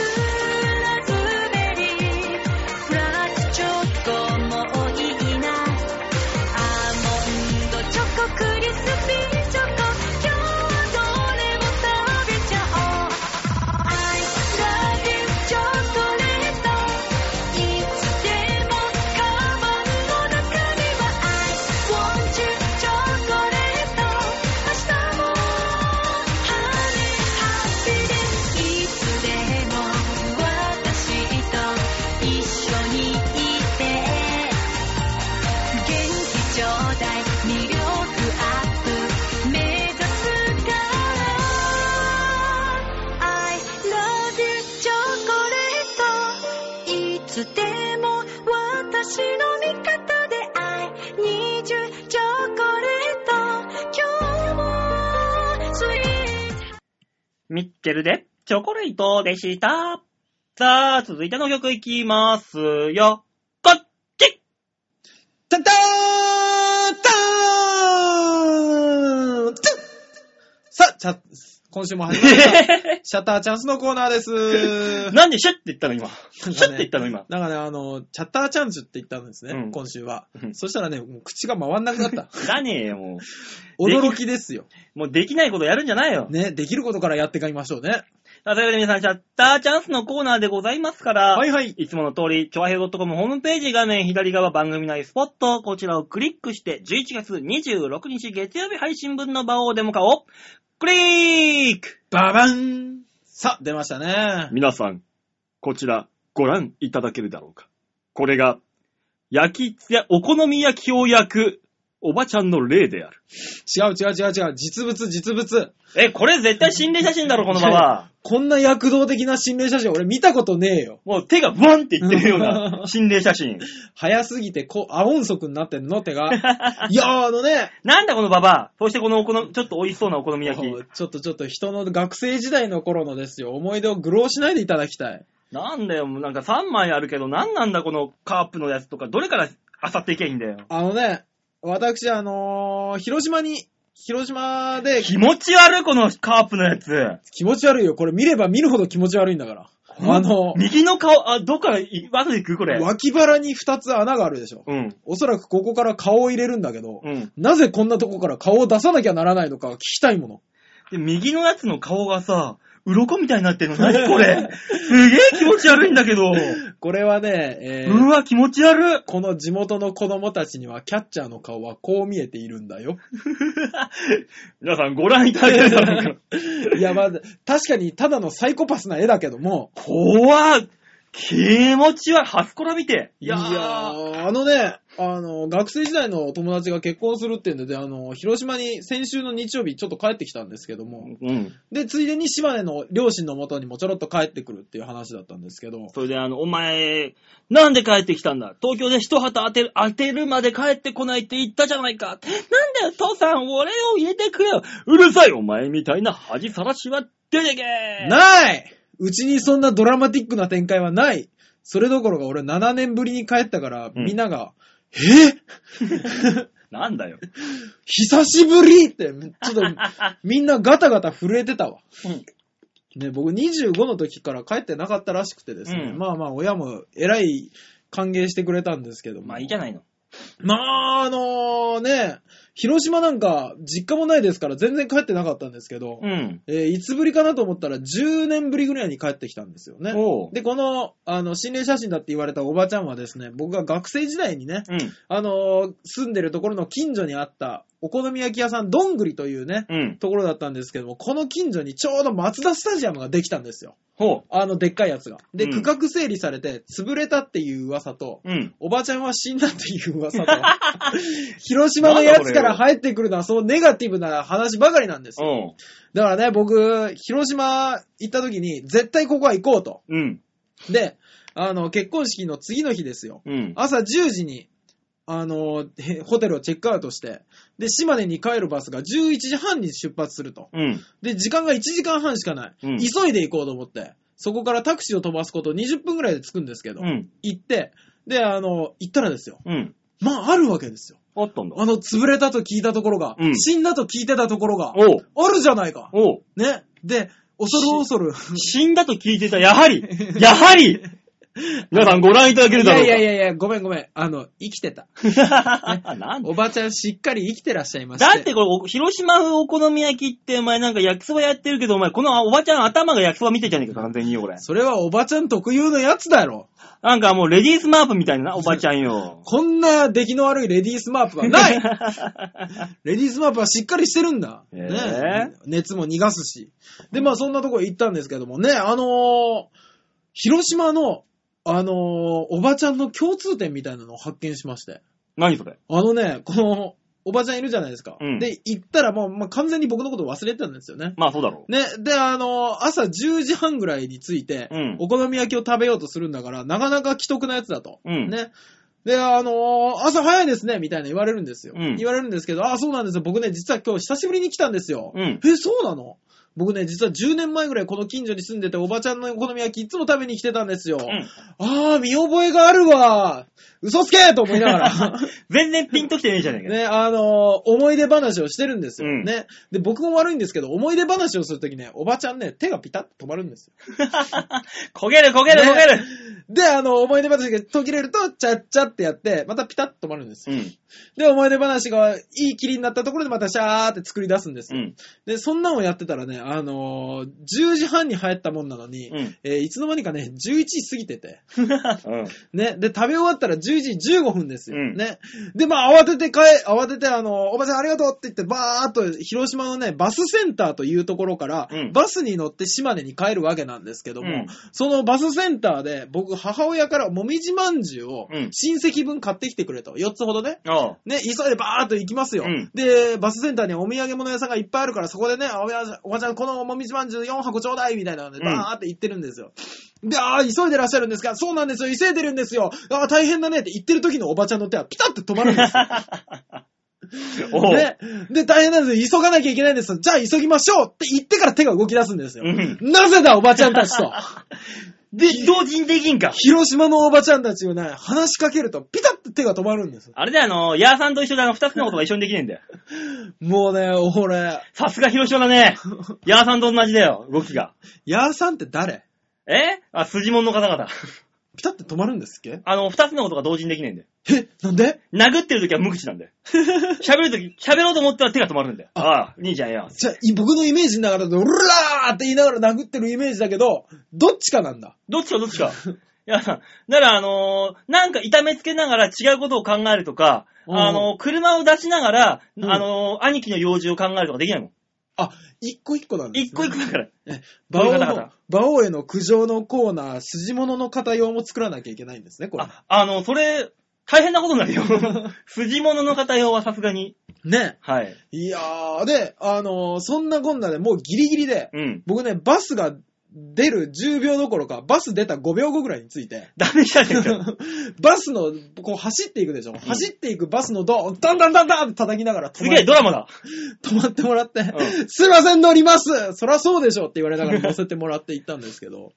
Speaker 3: ロ魅力アップ目指すから I love you チョコレートいつでも私の味方で I need you チョコレート今日もスイート
Speaker 2: ミッチェルで、チョコレートでした。さあ、続いての曲いきますよ。こっち
Speaker 1: たたーたーんつっさあ、チャ今週も始まりました。 シャッターチャンスのコーナーです。
Speaker 2: なんでシュッて言ったの今。シュッて言ったの今。
Speaker 1: なんかね、あの、チャッターチャンスって言ったんですね、
Speaker 2: うん
Speaker 1: 今週は
Speaker 2: う。ん
Speaker 1: そしたらね、もう口が回んなくなった。
Speaker 2: だねえよ、も
Speaker 1: 驚きですよ。
Speaker 2: う。もうできないことやるんじゃないよ。
Speaker 1: ね、できることからやっていきましょうね。
Speaker 2: さあ、というわけで皆さん、シャッターチャンスのコーナーでございますから、、
Speaker 1: はいいはい。
Speaker 2: つもの通り、超平 .com ホームページ画面左側番組内スポット、こちらをクリックして、11月26日月曜日配信分の場をデモ化を、クリック
Speaker 1: ババンさあ、出ましたね。
Speaker 2: 皆さん、こちらご覧いただけるだろうか。これが、焼きつや、お好み焼きを焼く、おばちゃんの例である。
Speaker 1: 違う違う違う違う。実物、実物。
Speaker 2: え、これ絶対心霊写真だろ、このまま。
Speaker 1: こんな躍動的な心霊写真俺見たことねえよ。
Speaker 2: もう手がブワンっていってるような心霊写真。
Speaker 1: 早すぎて、こう、ア音速になってんの手 が。いやー、あのね、
Speaker 2: なんだこのババア。そしてこのお好み、ちょっと美味しそうなお好み焼き。
Speaker 1: ちょっとちょっと人の学生時代の頃のですよ、思い出を愚弄しないでいただきたい。
Speaker 2: なんだよ、もうなんか3枚あるけど、なんなんだこのカープのやつとか、どれから漁っていけばいいんだよ。
Speaker 1: あのね、私、あのー、広島に、広島で
Speaker 2: 気持ち悪い、このカープのやつ。
Speaker 1: 気持ち悪いよ。これ見れば見るほど気持ち悪いんだから。あの、
Speaker 2: 右の顔、あ、どっからい、わざ行くこれ。
Speaker 1: 脇腹に2つ穴があるでしょ。
Speaker 2: うん。
Speaker 1: おそらくここから顔を入れるんだけど、
Speaker 2: うん。
Speaker 1: なぜこんなとこから顔を出さなきゃならないのか聞きたいもの。
Speaker 2: で、右のやつの顔がさ、鱗みたいになってるの。何これすげえ気持ち悪いんだけ ど。
Speaker 1: これはね、えー
Speaker 2: うわ、気持ち悪い。
Speaker 1: この地元の子供たちにはキャッチャーの顔はこう見えているんだよ。
Speaker 2: 皆さんご覧いただけるだろ うか。
Speaker 1: いや、まあ、確かにただのサイコパスな絵だけども、
Speaker 2: 怖っ気持ち悪い。初コラ見て。いやー。
Speaker 1: ーあのね、あの、学生時代のお友達が結婚するっていうんで、あの、広島に先週の日曜日ちょっと帰ってきたんですけども、
Speaker 2: うん。
Speaker 1: で、ついでに島根の両親の元にもちょろっと帰ってくるっていう話だったんですけど、
Speaker 2: それであの、お前、なんで帰ってきたんだ東京で一旗当てる、当てるまで帰ってこないって言ったじゃないか。なんだよ、父さん、俺を入れてくれよ。うるさい、お前みたいな恥さらしは出てけ
Speaker 1: ないうちにそんなドラマティックな展開はないそれどころか俺7年ぶりに帰ったから、
Speaker 2: うん
Speaker 1: みんなが、え
Speaker 2: なんだよ。
Speaker 1: 久しぶりって、ちょっと、みんなガタガタ震えてたわ。
Speaker 2: うん
Speaker 1: ね、僕25の時から帰ってなかったらしくてですね、
Speaker 2: うん
Speaker 1: まあまあ親も偉い歓迎してくれたんですけども。
Speaker 2: まあいいじゃないの。
Speaker 1: まあ、あのね、広島なんか実家もないですから全然帰ってなかったんですけど、
Speaker 2: うん。
Speaker 1: えーいつぶりかなと思ったら10年ぶりぐらいに帰ってきたんですよね。
Speaker 2: おう
Speaker 1: で、この、あの、心霊写真だって言われたおばちゃんはですね、僕が学生時代にね、
Speaker 2: うん。
Speaker 1: あの住んでるところの近所にあった、お好み焼き屋さん、どんぐりというね、
Speaker 2: うん。
Speaker 1: ところだったんですけども、この近所にちょうど松田スタジアムができたんですよ。
Speaker 2: ほ
Speaker 1: あの、でっかいやつが。で、
Speaker 2: うん
Speaker 1: 区画整理されて、潰れたっていう噂と、
Speaker 2: う。うん。
Speaker 1: おばちゃんは死んだっていう噂 と、広島のやつから入ってくるのは、そのネガティブな話ばかりなんですよ。
Speaker 2: おう。
Speaker 1: だからね、僕、広島行った時に、絶対ここは行こうと。
Speaker 2: うん。
Speaker 1: で、あの、結婚式の次の日ですよ。
Speaker 2: うん。
Speaker 1: 朝10時に、あの、へホテルをチェックアウトして、で、島根に帰るバスが11時半に出発すると。
Speaker 2: うん。
Speaker 1: で、時間が1時間半しかない。
Speaker 2: うん
Speaker 1: 急いで行こうと思って、そこからタクシーを飛ばすこと20分ぐらいで着くんですけど、
Speaker 2: うん。
Speaker 1: 行って、で、あの、行ったらですよ。
Speaker 2: うん。
Speaker 1: まあ、あるわけですよ。
Speaker 2: あったんだ。
Speaker 1: あの、潰れたと聞いたところが、
Speaker 2: うん
Speaker 1: 死んだと聞いてたところが、
Speaker 2: おう。
Speaker 1: あるじゃないか。
Speaker 2: おう。
Speaker 1: ね。で、恐る恐る。
Speaker 2: 死んだと聞いてた。やはり。やはり。皆さんご覧いただける
Speaker 1: い
Speaker 2: だろ
Speaker 1: や
Speaker 2: う
Speaker 1: い
Speaker 2: か。
Speaker 1: やいやいや、ごめんごめん。あの、生きてた。
Speaker 2: なんだ
Speaker 1: おばちゃんしっかり生きてらっしゃいまし
Speaker 2: だ
Speaker 1: て。
Speaker 2: ってこれ、お広島風お好み焼きって、お前なんか焼きそばやってるけど、お前このおばちゃん頭が焼きそば見てんじゃねえか、完全によ、これ。
Speaker 1: それはおばちゃん特有のやつだろ。
Speaker 2: なんかもうレディースマープみたいな、おばちゃんよ。
Speaker 1: こんな出来の悪いレディースマープはない レディースマープはしっかりしてるんだ。
Speaker 2: ええ
Speaker 1: ね、熱も逃がすし。で、まあそんなとこ行ったんですけどもね、あのー広島の、あのーおばちゃんの共通点みたいなのを発見しまして。
Speaker 2: 何それ
Speaker 1: あのね、この、おばちゃんいるじゃないですか。
Speaker 2: うん
Speaker 1: で、行ったらもう、まあ、完全に僕のこと忘れてたんですよね。
Speaker 2: まあそうだろ
Speaker 1: ね、で、あの、朝10時半ぐらいに着いて、
Speaker 2: うん
Speaker 1: お好み焼きを食べようとするんだから、なかなか既得なやつだと。
Speaker 2: うん
Speaker 1: ね。で、あの朝早いですね、みたいな言われるんですよ。
Speaker 2: うん
Speaker 1: 言われるんですけど、あ、そうなんですよ。僕ね、実は今日久しぶりに来たんですよ。
Speaker 2: う。うん。
Speaker 1: え、そうなの僕ね、実は10年前ぐらいこの近所に住んでて、おばちゃんのお好み焼きいつも食べに来てたんですよ。
Speaker 2: うん
Speaker 1: あー、見覚えがあるわ。嘘つけと思いながら。
Speaker 2: 全然ピンときてねえじゃねえかよ。
Speaker 1: ね、あのー思い出話をしてるんですよ、
Speaker 2: うん
Speaker 1: ね。で、僕も悪いんですけど、思い出話をするときね、おばちゃんね、手がピタッと止まるんですよ。
Speaker 2: 焦げる焦げる焦げる、
Speaker 1: で、あの、思い出話が途切れると、ちゃっちゃってやって、またピタッと止まるんですよ。
Speaker 2: うん。
Speaker 1: で、思い出話がいい霧になったところでまたシャーって作り出すんです
Speaker 2: う
Speaker 1: よ。
Speaker 2: ん。
Speaker 1: で、そんなのやってたらね、あのー10時半に入ったもんなのに、
Speaker 2: うん
Speaker 1: えーいつの間にかね、11時過ぎ てて、
Speaker 2: うん。
Speaker 1: ね、で、食べ終わったら11時15分ですよ。
Speaker 2: うん
Speaker 1: ね。で、まあ、慌てて帰、慌てて、あの、おばちゃんありがとうって言って、バーっと、広島のね、バスセンターというところから、
Speaker 2: うん
Speaker 1: バスに乗って島根に帰るわけなんですけども、
Speaker 2: うん
Speaker 1: そのバスセンターで、僕、母親からもみじまんじゅうを
Speaker 2: うん、
Speaker 1: 親戚分買ってきてくれと、4つほどね。
Speaker 2: ああ。
Speaker 1: ね、急いでバーっと行きますよ。
Speaker 2: うん
Speaker 1: で、バスセンターにはお土産物屋さんがいっぱいあるから、そこでね、おばちゃんおばちゃん、このおもみじまんじゅう4箱ちょうだいみたいなので、
Speaker 2: うん
Speaker 1: バーって行ってるんですよ。で、ああ、急いでらっしゃるんですかそうなんですよ、急いでるんですよ。ああ、大変だねって言ってる時のおばちゃんの手はピタッと止まるんですよ。
Speaker 2: おう。
Speaker 1: ね、で、大変なんですよ、急がなきゃいけないんですよ。じゃあ急ぎましょうって言ってから手が動き出すんですよ。
Speaker 2: うん
Speaker 1: なぜだ、おばちゃんたちと。
Speaker 2: で、同時にできんか。
Speaker 1: 広島のおばちゃんたちをね、話しかけるとピタッと手が止まるんですよ。
Speaker 2: あれだよ、あの、ヤーさんと一緒であの、二つのことが一緒にできねえんだよ。
Speaker 1: もうね、俺、
Speaker 2: さすが広島だね。ヤーさんと同じだよ、動きが。
Speaker 1: ヤーさんって誰
Speaker 2: えあ、筋物の方々。
Speaker 1: ピタッと止まるんですっけ
Speaker 2: あの、二つのことが同時にできねえんだよ。
Speaker 1: え、なんで
Speaker 2: 殴ってるときは無口なんだ よ。喋るとき、喋ろうと思ったら手が止まるんだよ。ああ、兄ちゃんや。
Speaker 1: じゃあ、い僕のイメージの中だと、うらーって言いながら殴ってるイメージだけど、どっちかなんだ。
Speaker 2: どっちかどっち か。いや、なら、あのーなんか痛めつけながら違うことを考えるとか、
Speaker 1: うん
Speaker 2: あのー車を出しながら、
Speaker 1: うん
Speaker 2: あのー兄貴の用事を考えるとかできないもん。
Speaker 1: あ、一個一個なんです、ね。
Speaker 2: 一個一個だから。
Speaker 1: 馬王
Speaker 2: どういう方々
Speaker 1: の、馬王への苦情のコーナー、筋物の方用も作らなきゃいけないんですね、これ。
Speaker 2: あ、あの、それ、大変なことにな るよ。筋物の方用はさすがに。
Speaker 1: ね。
Speaker 2: はい。
Speaker 1: いやー、で、あのーそんなこんなでもうギリギリで、
Speaker 2: うん。
Speaker 1: 僕ね、バスが出る10秒どころか、バス出た5秒後ぐらいについて、
Speaker 2: ダメじゃねえ か。
Speaker 1: バスの、こう走っていくでしょ。走っていくバスのドアをダンダンダンダンって叩きながら止
Speaker 2: す
Speaker 1: ま
Speaker 2: げえドラマだ。
Speaker 1: 止まってもらって、
Speaker 2: う
Speaker 1: すいません、乗りますそらそうでしょって言われながら乗せてもらって行ったんですけど、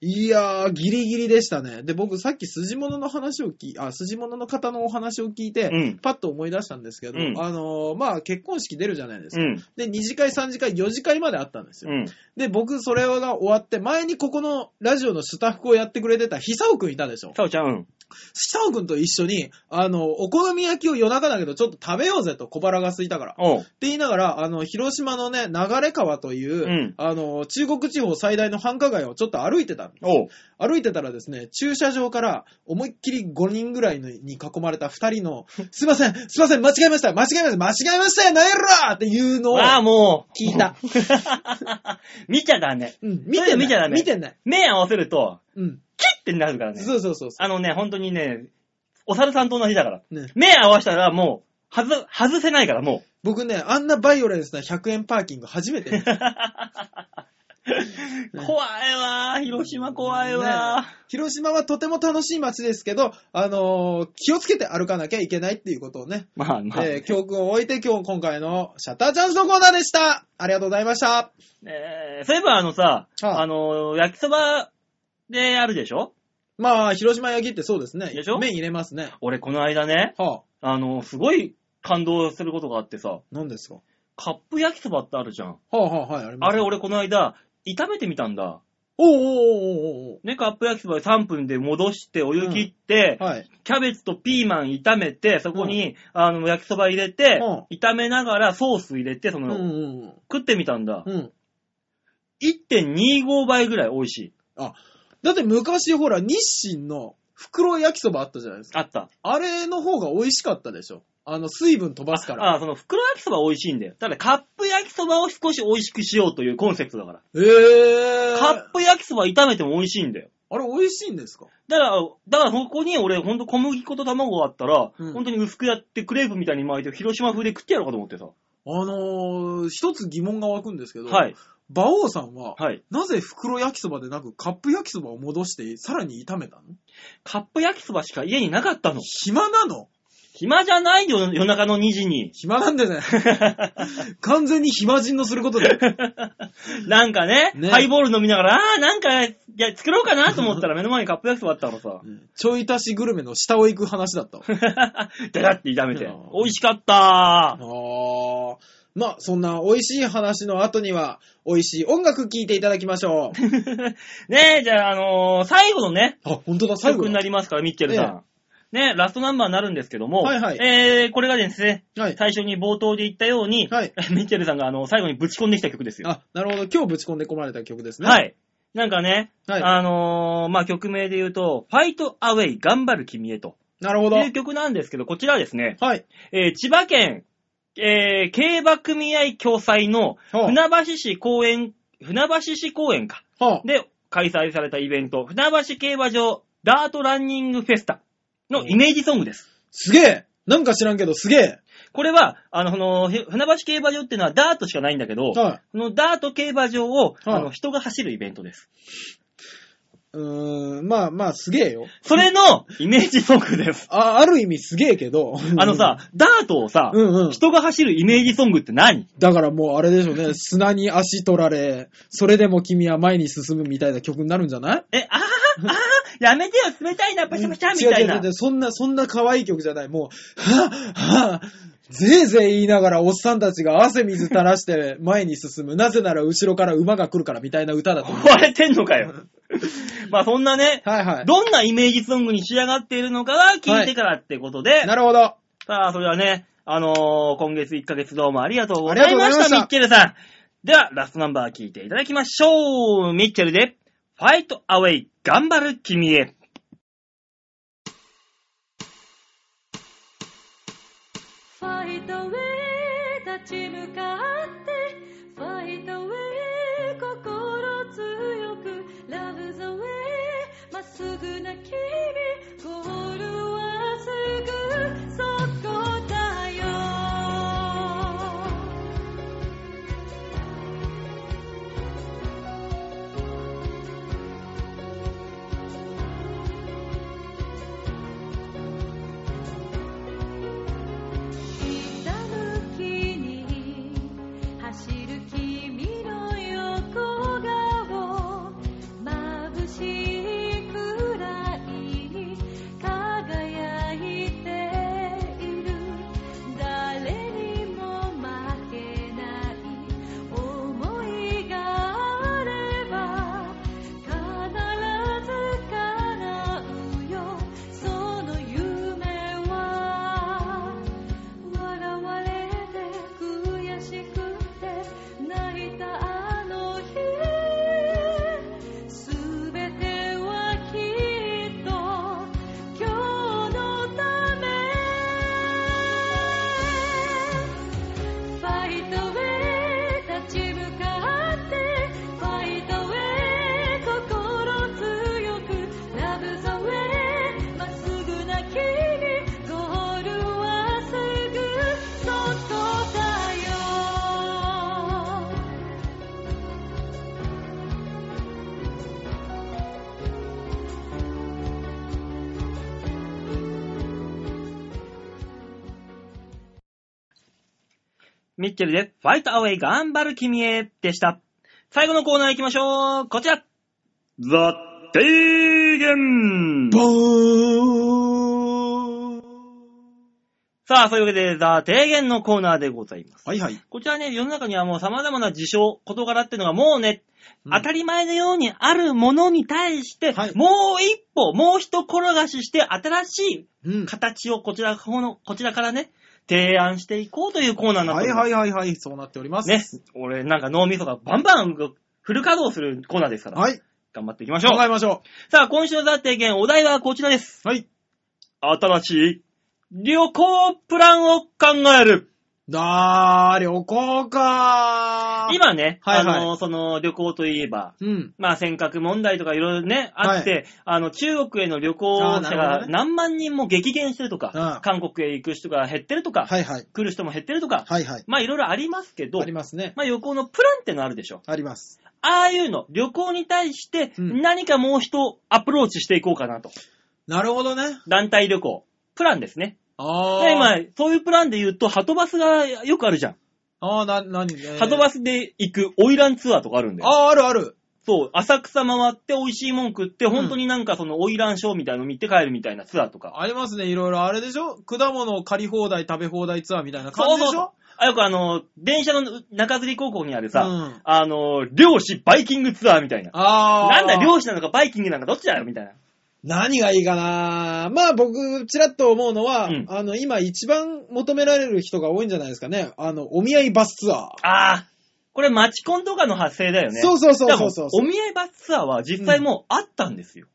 Speaker 1: いやー、ギリギリでしたね。で、僕さっき筋物の話を聞い、あ、筋物の方のお話を聞いて、
Speaker 2: うん
Speaker 1: パッと思い出したんですけど、
Speaker 2: うん
Speaker 1: あのーまあ、結婚式出るじゃないです
Speaker 2: うん。
Speaker 1: か。で、2次会、3次会、4次会まであったんですよ。
Speaker 2: うん。
Speaker 1: で、僕、それが終わって、前にここのラジオのスタッフをやってくれてた久尾くんいたでしょ。
Speaker 2: さおちゃん。うん。
Speaker 1: 久尾くんと一緒に、あの、お好み焼きを夜中だけど、ちょっと食べようぜと、小腹が空いたから。
Speaker 2: おう。
Speaker 1: って言いながら、あの、広島のね、流川という、
Speaker 2: うん
Speaker 1: あの、中国地方最大の繁華街をちょっと歩いてた。
Speaker 2: おう。
Speaker 1: 歩いてたらですね、駐車場から思いっきり5人ぐらいのに囲まれた2人の、すいません、すいません、間違えました、間違えました、間違えましたよ、なんやろっていうのを
Speaker 2: ああ、も
Speaker 1: 聞いた。
Speaker 2: う。 見ちゃダメ。
Speaker 1: うん、見てない。
Speaker 2: 見ちゃダメ
Speaker 1: 見てない。
Speaker 2: 目合わせると、
Speaker 1: うん。
Speaker 2: キッてなるからね。
Speaker 1: そうそうそうそ
Speaker 2: あのね、本当にね、お猿さんと同じだから。
Speaker 1: う、ね。
Speaker 2: 目合わせたらもう、はず、外せないからも
Speaker 1: 僕ね、あんなバイオレンスな100円パーキング初めて見た。
Speaker 2: う。
Speaker 1: ね
Speaker 2: 怖いわー、広島怖いわ
Speaker 1: 広島はとても楽しい街ですけど、あのー気をつけて歩かなきゃいけないっていうことをね、
Speaker 2: ー。まあまあ。
Speaker 1: えー教訓を置いて今日今回のシャッターチャンスのコーナーでしたありがとうございました
Speaker 2: えーそういえばあのさ、
Speaker 1: はい
Speaker 2: あのー、焼きそばであるでしょ
Speaker 1: まあ、広島焼きってそうですね。
Speaker 2: でしょ
Speaker 1: 麺入れますね。
Speaker 2: 俺この間ね、
Speaker 1: はあ、
Speaker 2: あのー、すごい感動することがあってさ、
Speaker 1: 何ですかは
Speaker 2: カップ焼きそばってあるじゃん。
Speaker 1: あ、はあ、はい、ありま
Speaker 2: あ
Speaker 1: す。
Speaker 2: れ俺この間、炒めてみたんだ。
Speaker 1: おうおうおうおうおう
Speaker 2: ね、カップ焼きそば3分で戻してお湯切って、
Speaker 1: はい。
Speaker 2: キャベツとピーマン炒めて、そこに、あの、焼きそば入れて、
Speaker 1: う
Speaker 2: 炒めながらソース入れて、そ
Speaker 1: うん
Speaker 2: の、
Speaker 1: うん
Speaker 2: 食ってみたんだ
Speaker 1: う。ん。うん。
Speaker 2: 1.25倍ぐらい美味しい。
Speaker 1: だって昔ほら、日清の袋焼きそばあったじゃないですか。
Speaker 2: あった。
Speaker 1: あれの方が美味しかったでしょ。あの、水分飛ばすから。
Speaker 2: あ、その、袋焼きそば美味しいんだよ。ただ、カップ焼きそばを少し美味しくしようというコンセプトだから。
Speaker 1: ええー。
Speaker 2: カップ焼きそば炒めても美味しいんだよ。
Speaker 1: あれ、美味しいんですか
Speaker 2: だから、だからそこに俺、ほんと小麦粉と卵があったら、
Speaker 1: うん
Speaker 2: ほんとに薄くやってクレープみたいに巻いて、広島風で食ってやろうかと思ってさ。
Speaker 1: あのー、一つ疑問が湧くんですけど、
Speaker 2: はい。
Speaker 1: 馬王さんは、
Speaker 2: はい。
Speaker 1: なぜ袋焼きそばでなくカップ焼きそばを戻して、さらに炒めたの
Speaker 2: カップ焼きそばしか家になかったの。
Speaker 1: 暇なの
Speaker 2: 暇じゃないよ、夜中の2時に。
Speaker 1: 暇な んでね。完全に暇人のすることで。
Speaker 2: なんかね、
Speaker 1: ね
Speaker 2: ハイボール飲みながら、あーなんか、いや、作ろうかなと思 ったら目の前にカップ焼きそばあったからさ。
Speaker 1: ちょい足しグルメの下を行く話だっ たわ。
Speaker 2: だらって炒めて
Speaker 1: うん。
Speaker 2: 美味しかったー。
Speaker 1: あーまあ、そんな美味しい話の後には、美味しい音楽聴いていただきまし ょう。
Speaker 2: ねえ、じゃあ、あのー最後のね、
Speaker 1: あ、本当だ、最後
Speaker 2: 曲に
Speaker 1: だ
Speaker 2: な。りますから、ミッチェルさん。ね、ラストナンバーになるんですけども、
Speaker 1: はいはい
Speaker 2: えー、これがですね、
Speaker 1: はい。
Speaker 2: 最初に冒頭で言ったように、
Speaker 1: はい
Speaker 2: ミッチェルさんがあの最後にぶち込んできた曲ですよ。
Speaker 1: あ、なるほど。今日ぶち込んでこられた曲ですね。。
Speaker 2: はいい。なんかね、
Speaker 1: はい
Speaker 2: あのーまあ、曲名で言うと、ファイトアウェイ、頑張る君へと
Speaker 1: なるほど。
Speaker 2: いう曲なんですけど、こちらはですね、
Speaker 1: はい。
Speaker 2: えー千葉県、えー、競馬組合共催の
Speaker 1: は
Speaker 2: 船橋市公園、船橋市公園か。
Speaker 1: あ、はあ、
Speaker 2: で、開催されたイベント、船橋競馬場ダートランニングフェスタのイメージソングです。
Speaker 1: すげえなんか知らんけど、すげえ
Speaker 2: これは、あの、その、へ船橋競馬場っていうのはダートしかないんだけど、
Speaker 1: はい。
Speaker 2: このダート競馬場を、
Speaker 1: はい
Speaker 2: あの、人が走るイベントです。
Speaker 1: うーん、まあまあ、すげえよ。
Speaker 2: それのイメージソングです。
Speaker 1: あ、ある意味すげえけど。
Speaker 2: あのさ、ダートをさ、
Speaker 1: うんうん。
Speaker 2: 人が走るイメージソングって何
Speaker 1: だからもうあれでしょうね、砂に足取られ、それでも君は前に進むみたいな曲になるんじゃない
Speaker 2: え、あー、あー、やめてよ、冷たいな、パシャパシャ、みたい
Speaker 1: 違う違
Speaker 2: な
Speaker 1: う違。う、そんな、そんな可愛い曲じゃない。もう、はぁ、はぁ、ぜいぜい言いながらおっさんたちが汗水垂らして前に進む。なぜなら後ろから馬が来るからみたいな歌だと思う。
Speaker 2: 壊れてんのか よ。まあそんなね、
Speaker 1: はいはい。
Speaker 2: どんなイメージソングに仕上がっているのかは聞いてからってことで、
Speaker 1: なるほど。
Speaker 2: さあ、それではね、あのー今月1ヶ月どうもありがとうご
Speaker 1: あ
Speaker 2: ざい
Speaker 1: り
Speaker 2: ま
Speaker 1: がとうござい
Speaker 2: した、
Speaker 1: ました
Speaker 2: ミッチェルさん。では、ラストナンバー聞いていただきましょう。ミッチェルで、ファイトアウェイ、頑張る君へ。
Speaker 3: ファイトウェイ立ち向かってファイトウェイ心強くラブザウェイまっすぐな君ゴールはすぐそこだよひたむきに走る君の横顔眩しいくらい輝いている誰にも負けない思いがあれば必ず叶うよその夢は笑われて悔しくて泣いたあの日すべてはきっと今日のためファイトウェイ立ち向かってファイトウェイ心強くラブザウェイまっすぐな君ゴールはすぐそこだよ
Speaker 2: ミッチェルで、ファイトアウェイ、頑張る君へ。でした。最後のコーナー行きましょう。こちら。ザ・提言
Speaker 1: ボーン
Speaker 2: さあ、そういうわけで、ザ・提言のコーナーでございます。
Speaker 1: はいはい。
Speaker 2: こちらね、世の中にはもう様々な事象、事柄ってのがもうね、
Speaker 1: うん
Speaker 2: 当たり前のようにあるものに対して、
Speaker 1: はい
Speaker 2: もう一歩、もう一転がしして、新し
Speaker 1: うん
Speaker 2: い。形をこちらこのこちらからね、提案していこうというコーナーになっ
Speaker 1: は
Speaker 2: てお
Speaker 1: い
Speaker 2: り
Speaker 1: は
Speaker 2: ます。
Speaker 1: いはいはい、そうなっております。
Speaker 2: ね。俺なんか脳みそがバンバンフル稼働するコーナーですから、
Speaker 1: はい。
Speaker 2: 頑張っていきましょ
Speaker 1: 考え
Speaker 2: う。
Speaker 1: ましょ
Speaker 2: さあ、今週のザ提言、お題はこちらです。
Speaker 1: う。はい。
Speaker 2: 新しい旅行プランを考える。
Speaker 1: なー、旅行かー。。
Speaker 2: 今ね、
Speaker 1: はいはい
Speaker 2: あの、その旅行といえば、
Speaker 1: うん。
Speaker 2: まあ尖閣問題とかいろいろね、あって、あの、中国への旅行
Speaker 1: あ
Speaker 2: 者
Speaker 1: ーなるほど
Speaker 2: が
Speaker 1: ね
Speaker 2: 何万人も激減してるとか
Speaker 1: うん、
Speaker 2: 韓国へ行く人が減ってるとか、
Speaker 1: はいはい。
Speaker 2: 来る人も減ってるとか、
Speaker 1: はいはい。
Speaker 2: まあいろいろありますけど
Speaker 1: あ、りますね。
Speaker 2: まあ旅行のプランってのあるでしょ。
Speaker 1: あります。
Speaker 2: ああいうの、旅行に対して
Speaker 1: うん
Speaker 2: 何かもう人アプローチしていこうかなと。
Speaker 1: なるほどね。
Speaker 2: 団体旅行。プランですね。
Speaker 1: あー。
Speaker 2: で今、そういうプランで言うと、ハトバスがよくあるじゃん。
Speaker 1: あー、な、なに、ね
Speaker 2: ハトバスで行くオイランツアーとかあるんだよ。
Speaker 1: あー、あるある。
Speaker 2: そう、浅草回って美味しいもん食って、本当になんかそのオイランショーみたいの見て帰るみたいなツアーとか。
Speaker 1: ありますね、いろいろ。あれでしょ果物を借り放題、食べ放題ツアーみたいな感じでしょ
Speaker 2: そうあ、よくあの、電車の中吊り高校にあるさ、
Speaker 1: うん
Speaker 2: あの、漁師バイキングツアーみたいな。
Speaker 1: あー。
Speaker 2: なんだ、漁師なのかバイキングなのかどっちだよみたいな。
Speaker 1: 何がいいかなまあ僕、ちらっと思うのは、
Speaker 2: うん
Speaker 1: あの、今一番求められる人が多いんじゃないですかね。あの、お見合いバスツアー。
Speaker 2: ああ、これマチコンとかの発生だよね。
Speaker 1: そうそうそう
Speaker 2: で
Speaker 1: そ
Speaker 2: も
Speaker 1: うそう
Speaker 2: お見合いバスツアーは実際もうあったんですよ。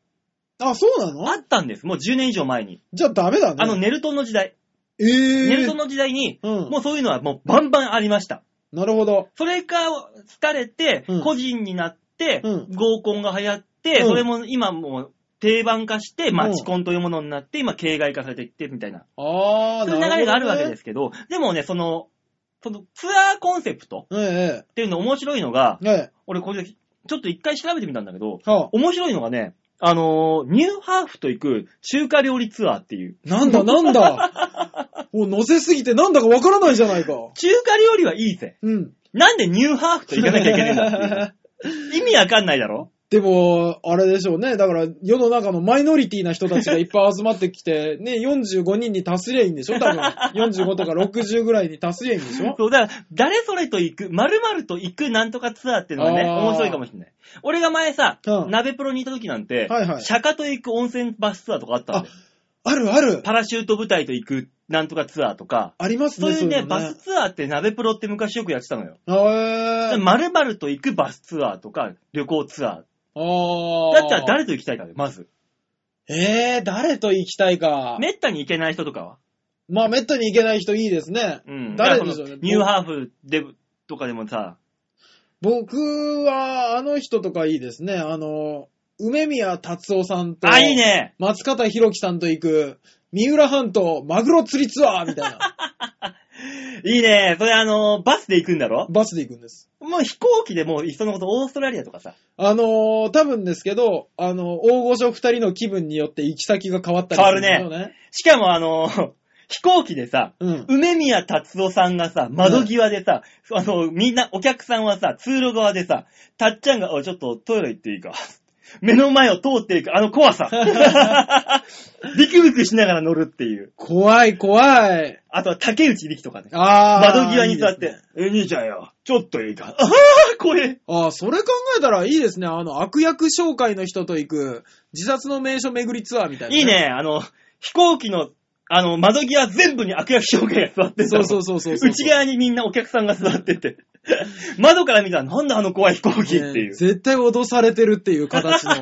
Speaker 1: あ、そうな
Speaker 2: あ
Speaker 1: の
Speaker 2: ったんです。もう10年以上前に。
Speaker 1: じゃあダメだね。
Speaker 2: あの、、ネルトンの時代。
Speaker 1: えー、
Speaker 2: ネルトンの時代に、
Speaker 1: うん
Speaker 2: もうそういうのはもうバンバンありました。
Speaker 1: なるほど。
Speaker 2: それか、疲れて
Speaker 1: うん、
Speaker 2: 個人になって、
Speaker 1: うん
Speaker 2: 合コンが流行って、
Speaker 1: うん
Speaker 2: それも今もう定番化して、
Speaker 1: ん
Speaker 2: マチコンというものになって、今形骸化されていってみたいな。
Speaker 1: あー、。
Speaker 2: そういう流れがあるわけですすけど、でもね、その、そのツアーコンセプト
Speaker 1: ええ
Speaker 2: っていうの面白いのが、
Speaker 1: えええ
Speaker 2: 俺これ、ちょっと一回調べてみたんだけど、
Speaker 1: えはあ、
Speaker 2: 面白いのがね、あのーニューハーフと行く中華料理ツアーっていう。
Speaker 1: なんだなんだ もう乗せすぎてなんだかわからないじゃないか。
Speaker 2: 中華料理はいいぜ。
Speaker 1: うん。
Speaker 2: なんでニューハーフと行かなきゃいけないんだ っていう。意味わかんないだろ
Speaker 1: でも、あれでしょうね。だから、世の中のマイノリティな人たちがいっぱい集まってきて、 ね、45人に達すりゃいいんでしょ多分。45とか60ぐらいに達すりゃいい んでしょ
Speaker 2: そう、だから、誰それと行く、〇〇と行くなんとかツアーっていうのがね、
Speaker 1: あー
Speaker 2: 面白いかもしれない。俺が前さ、
Speaker 1: うん
Speaker 2: 鍋プロにいた時なんて、
Speaker 1: はいはい
Speaker 2: 釈迦と行く温泉バスツアーとかあったんだよ。
Speaker 1: あるある。
Speaker 2: パラシュート部隊と行くなんとかツアーとか、
Speaker 1: あります
Speaker 2: そう
Speaker 1: ね、
Speaker 2: いうね、
Speaker 1: の
Speaker 2: バスツアーって鍋プロって昔よくやってたのよ。
Speaker 1: あー
Speaker 2: まるまると行くバスツアーとか旅行ツアー。
Speaker 1: あー
Speaker 2: だったら誰と行きたいかね、まず。
Speaker 1: えー、誰と行きたいか。
Speaker 2: めったに行けない人とかは。
Speaker 1: まあ、めったに行けない人いいですね。
Speaker 2: うん。だ
Speaker 1: 誰
Speaker 2: から
Speaker 1: でし
Speaker 2: そ
Speaker 1: ょう
Speaker 2: の
Speaker 1: ね。
Speaker 2: ニューハーフでとかでもさ、
Speaker 1: 僕は、あの人とかいいですね。あの、梅宮達夫さんと。
Speaker 2: あ、いいね。
Speaker 1: 松方弘樹さんと行く、三浦半島マグロ釣りツアーみたい な
Speaker 2: いいね。それあの、バスで行くんだろ
Speaker 1: バスで行くんです。
Speaker 2: もう飛行機でもういっそのことオーストラリアとかさ、
Speaker 1: あのー、多分ですけど、あの、大御所二人の気分によって行き先が変わったりするんだよね。
Speaker 2: しかもあの、 飛行機でさ、
Speaker 1: うん。
Speaker 2: 梅宮達夫さんがさ、窓際でさ、あの、みんな、お客さんはさ、通路側でさ、たっちゃんが、おいちょっとトイレ行っていいか。 目の前を通っていく、あの 怖さ。ビクビクしながら乗るっていう。
Speaker 1: 怖い怖い。
Speaker 2: あとは竹内力とかね。
Speaker 1: あー。
Speaker 2: 窓際に座っ
Speaker 1: いい
Speaker 2: て
Speaker 1: ですね、
Speaker 2: え、兄ちゃんよ、ちょっといいか。ああ、怖え。
Speaker 1: あー、それ考えたらいいですね。あの、悪役紹介の人と行く、自殺の名所巡りツアーみたいな、
Speaker 2: いい。ね、あの、飛行機の、あの、窓際全部に悪役障害が座ってんだ
Speaker 1: そ
Speaker 2: ろ
Speaker 1: うそうそうそうそう。
Speaker 2: 内側にみんなお客さんが座ってて。窓から見たら、なんだあの怖い飛行機って
Speaker 1: ね
Speaker 2: いう。
Speaker 1: 絶対脅されてるっていう 形の。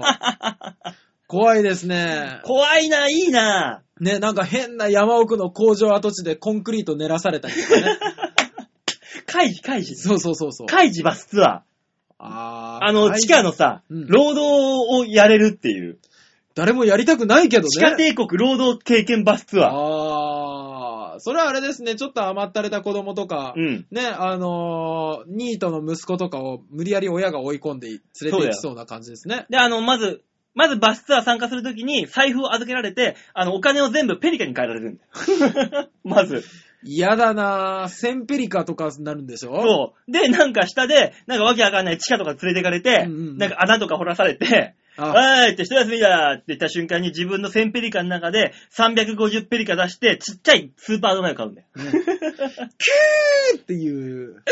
Speaker 1: 怖いですね。
Speaker 2: 怖いな、いいな。
Speaker 1: ね、なんか変な山奥の工場跡地でコンクリート練らされたりと かね。
Speaker 2: カイジ、カイジ。
Speaker 1: そうそうそうそう。
Speaker 2: カイジバスツア
Speaker 1: あ
Speaker 2: ー。あの、地下のさ、
Speaker 1: うん
Speaker 2: 労働をやれるっていう。
Speaker 1: 誰もやりたくないけどね。
Speaker 2: 地下帝国労働経験バスツアー。
Speaker 1: ああ、それはあれですね、ちょっと甘ったれた子供とか、
Speaker 2: うん。
Speaker 1: ね、あのーニートの息子とかを無理やり親が追い込んで連れて行きそうな感じですね。
Speaker 2: で、あの、まず、まずバスツアー参加するときに財布を預けられて、あの、お金を全部ペリカに変えられるんだよ。 まず。
Speaker 1: 嫌だなぁ、センペリカとかになるんでしょ
Speaker 2: そう。で、なんか下で、なんかわけわかんない地下とか連れてかれて、
Speaker 1: うんうん
Speaker 2: なんか穴とか掘らされて、
Speaker 1: あ
Speaker 2: はーいって一休みだって言った瞬間に自分の1000ペリカの中で350ペリカ出して、ちっちゃいスーパードライを買うんだよ。
Speaker 1: ーっていう。
Speaker 2: って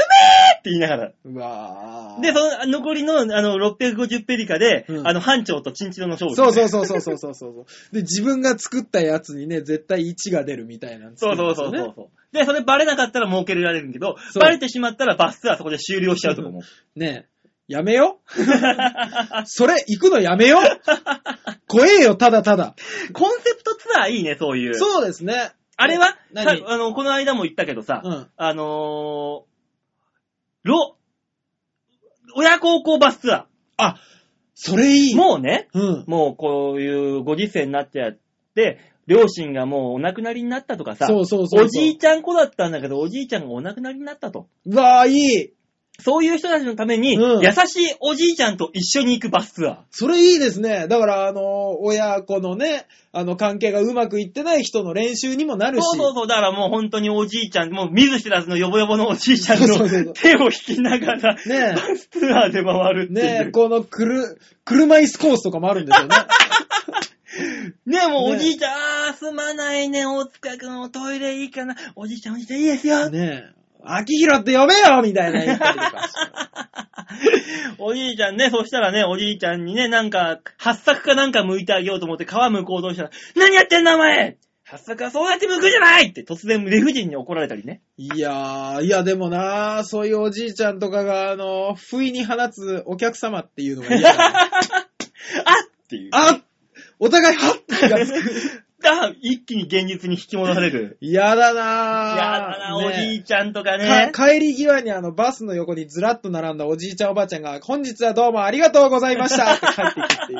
Speaker 2: 言いながら。
Speaker 1: うわぁ
Speaker 2: で、その残りのあの650ペリカで、
Speaker 1: うん
Speaker 2: あの班長とチンチロの勝負。
Speaker 1: そうそうそうそうそうそうそうそう。で、自分が作ったやつにね、絶対1が出るみたいなんです
Speaker 2: そ
Speaker 1: よ
Speaker 2: う
Speaker 1: ね
Speaker 2: そうそうそうそう。で、それバレなかったら儲けられるけど、
Speaker 1: そう
Speaker 2: バレてしまったらバスツアーそこで終了しちゃうとかも。
Speaker 1: ねえ、やめよ それ、行くのやめよ怖えよ、ただただ。
Speaker 2: コンセプトツアーいいね、そういう。
Speaker 1: そうですね。
Speaker 2: あれは
Speaker 1: 何
Speaker 2: さあの、この間も言ったけどさ、
Speaker 1: うん。
Speaker 2: あのー、ロ、親孝行バスツア
Speaker 1: あ、それいい。
Speaker 2: ー。もうね、
Speaker 1: うん。
Speaker 2: もうこういうご時世になってやって、両親がもうお亡くなりになったとかさ、
Speaker 1: そうそうそうそう。
Speaker 2: おじいちゃん子だったんだけど、おじいちゃんがお亡くなりになったと。
Speaker 1: うわあ、いい。
Speaker 2: そういう人たちのために、
Speaker 1: うん
Speaker 2: 優しいおじいちゃんと一緒に行くバスツアー。
Speaker 1: それいいですね。だから、あの、親子のね、あの、関係がうまくいってない人の練習にもなるし。
Speaker 2: そうそうそう、だからもう本当におじいちゃん、もう見ず知らずのヨボヨボのおじいちゃんの
Speaker 1: そうそうそう
Speaker 2: 手を引きながら、
Speaker 1: ねえ
Speaker 2: バスツアーで回るっていう。
Speaker 1: ねこのくる、車椅子コースとかもあるんですよね。
Speaker 2: ねえ、もう
Speaker 1: ね
Speaker 2: おじいちゃん、あーすまないね、大塚くん、おトイレいいかな。おじいちゃん、おじいちゃん、いいですよ。
Speaker 1: ねえ、秋広って呼べよみたいな言ったりとかして。
Speaker 2: おじいちゃんね、そしたらね、おじいちゃんにね、なんか、発作かなんか剥いてあげようと思って皮剥こうとしたら、何やってんだお前発作はそうやって剥くじゃないって突然理不尽に怒られたりね。
Speaker 1: いやー、いやでもなー、そういうおじいちゃんとかが、あの、不意に放つお客様っていうのが嫌 だな。
Speaker 2: あっって いう。
Speaker 1: あお互い、はっって気がつく。
Speaker 2: だ一気に現実に引き戻される。
Speaker 1: 嫌だ
Speaker 2: い
Speaker 1: なー。
Speaker 2: やだな、おじ
Speaker 1: ね
Speaker 2: いちゃんとか
Speaker 1: え
Speaker 2: ね。
Speaker 1: か帰り際にあのバスの横にずらっと並んだおじいちゃんおばあちゃんが、本日はどうもありがとうございましたって帰っていく っていう。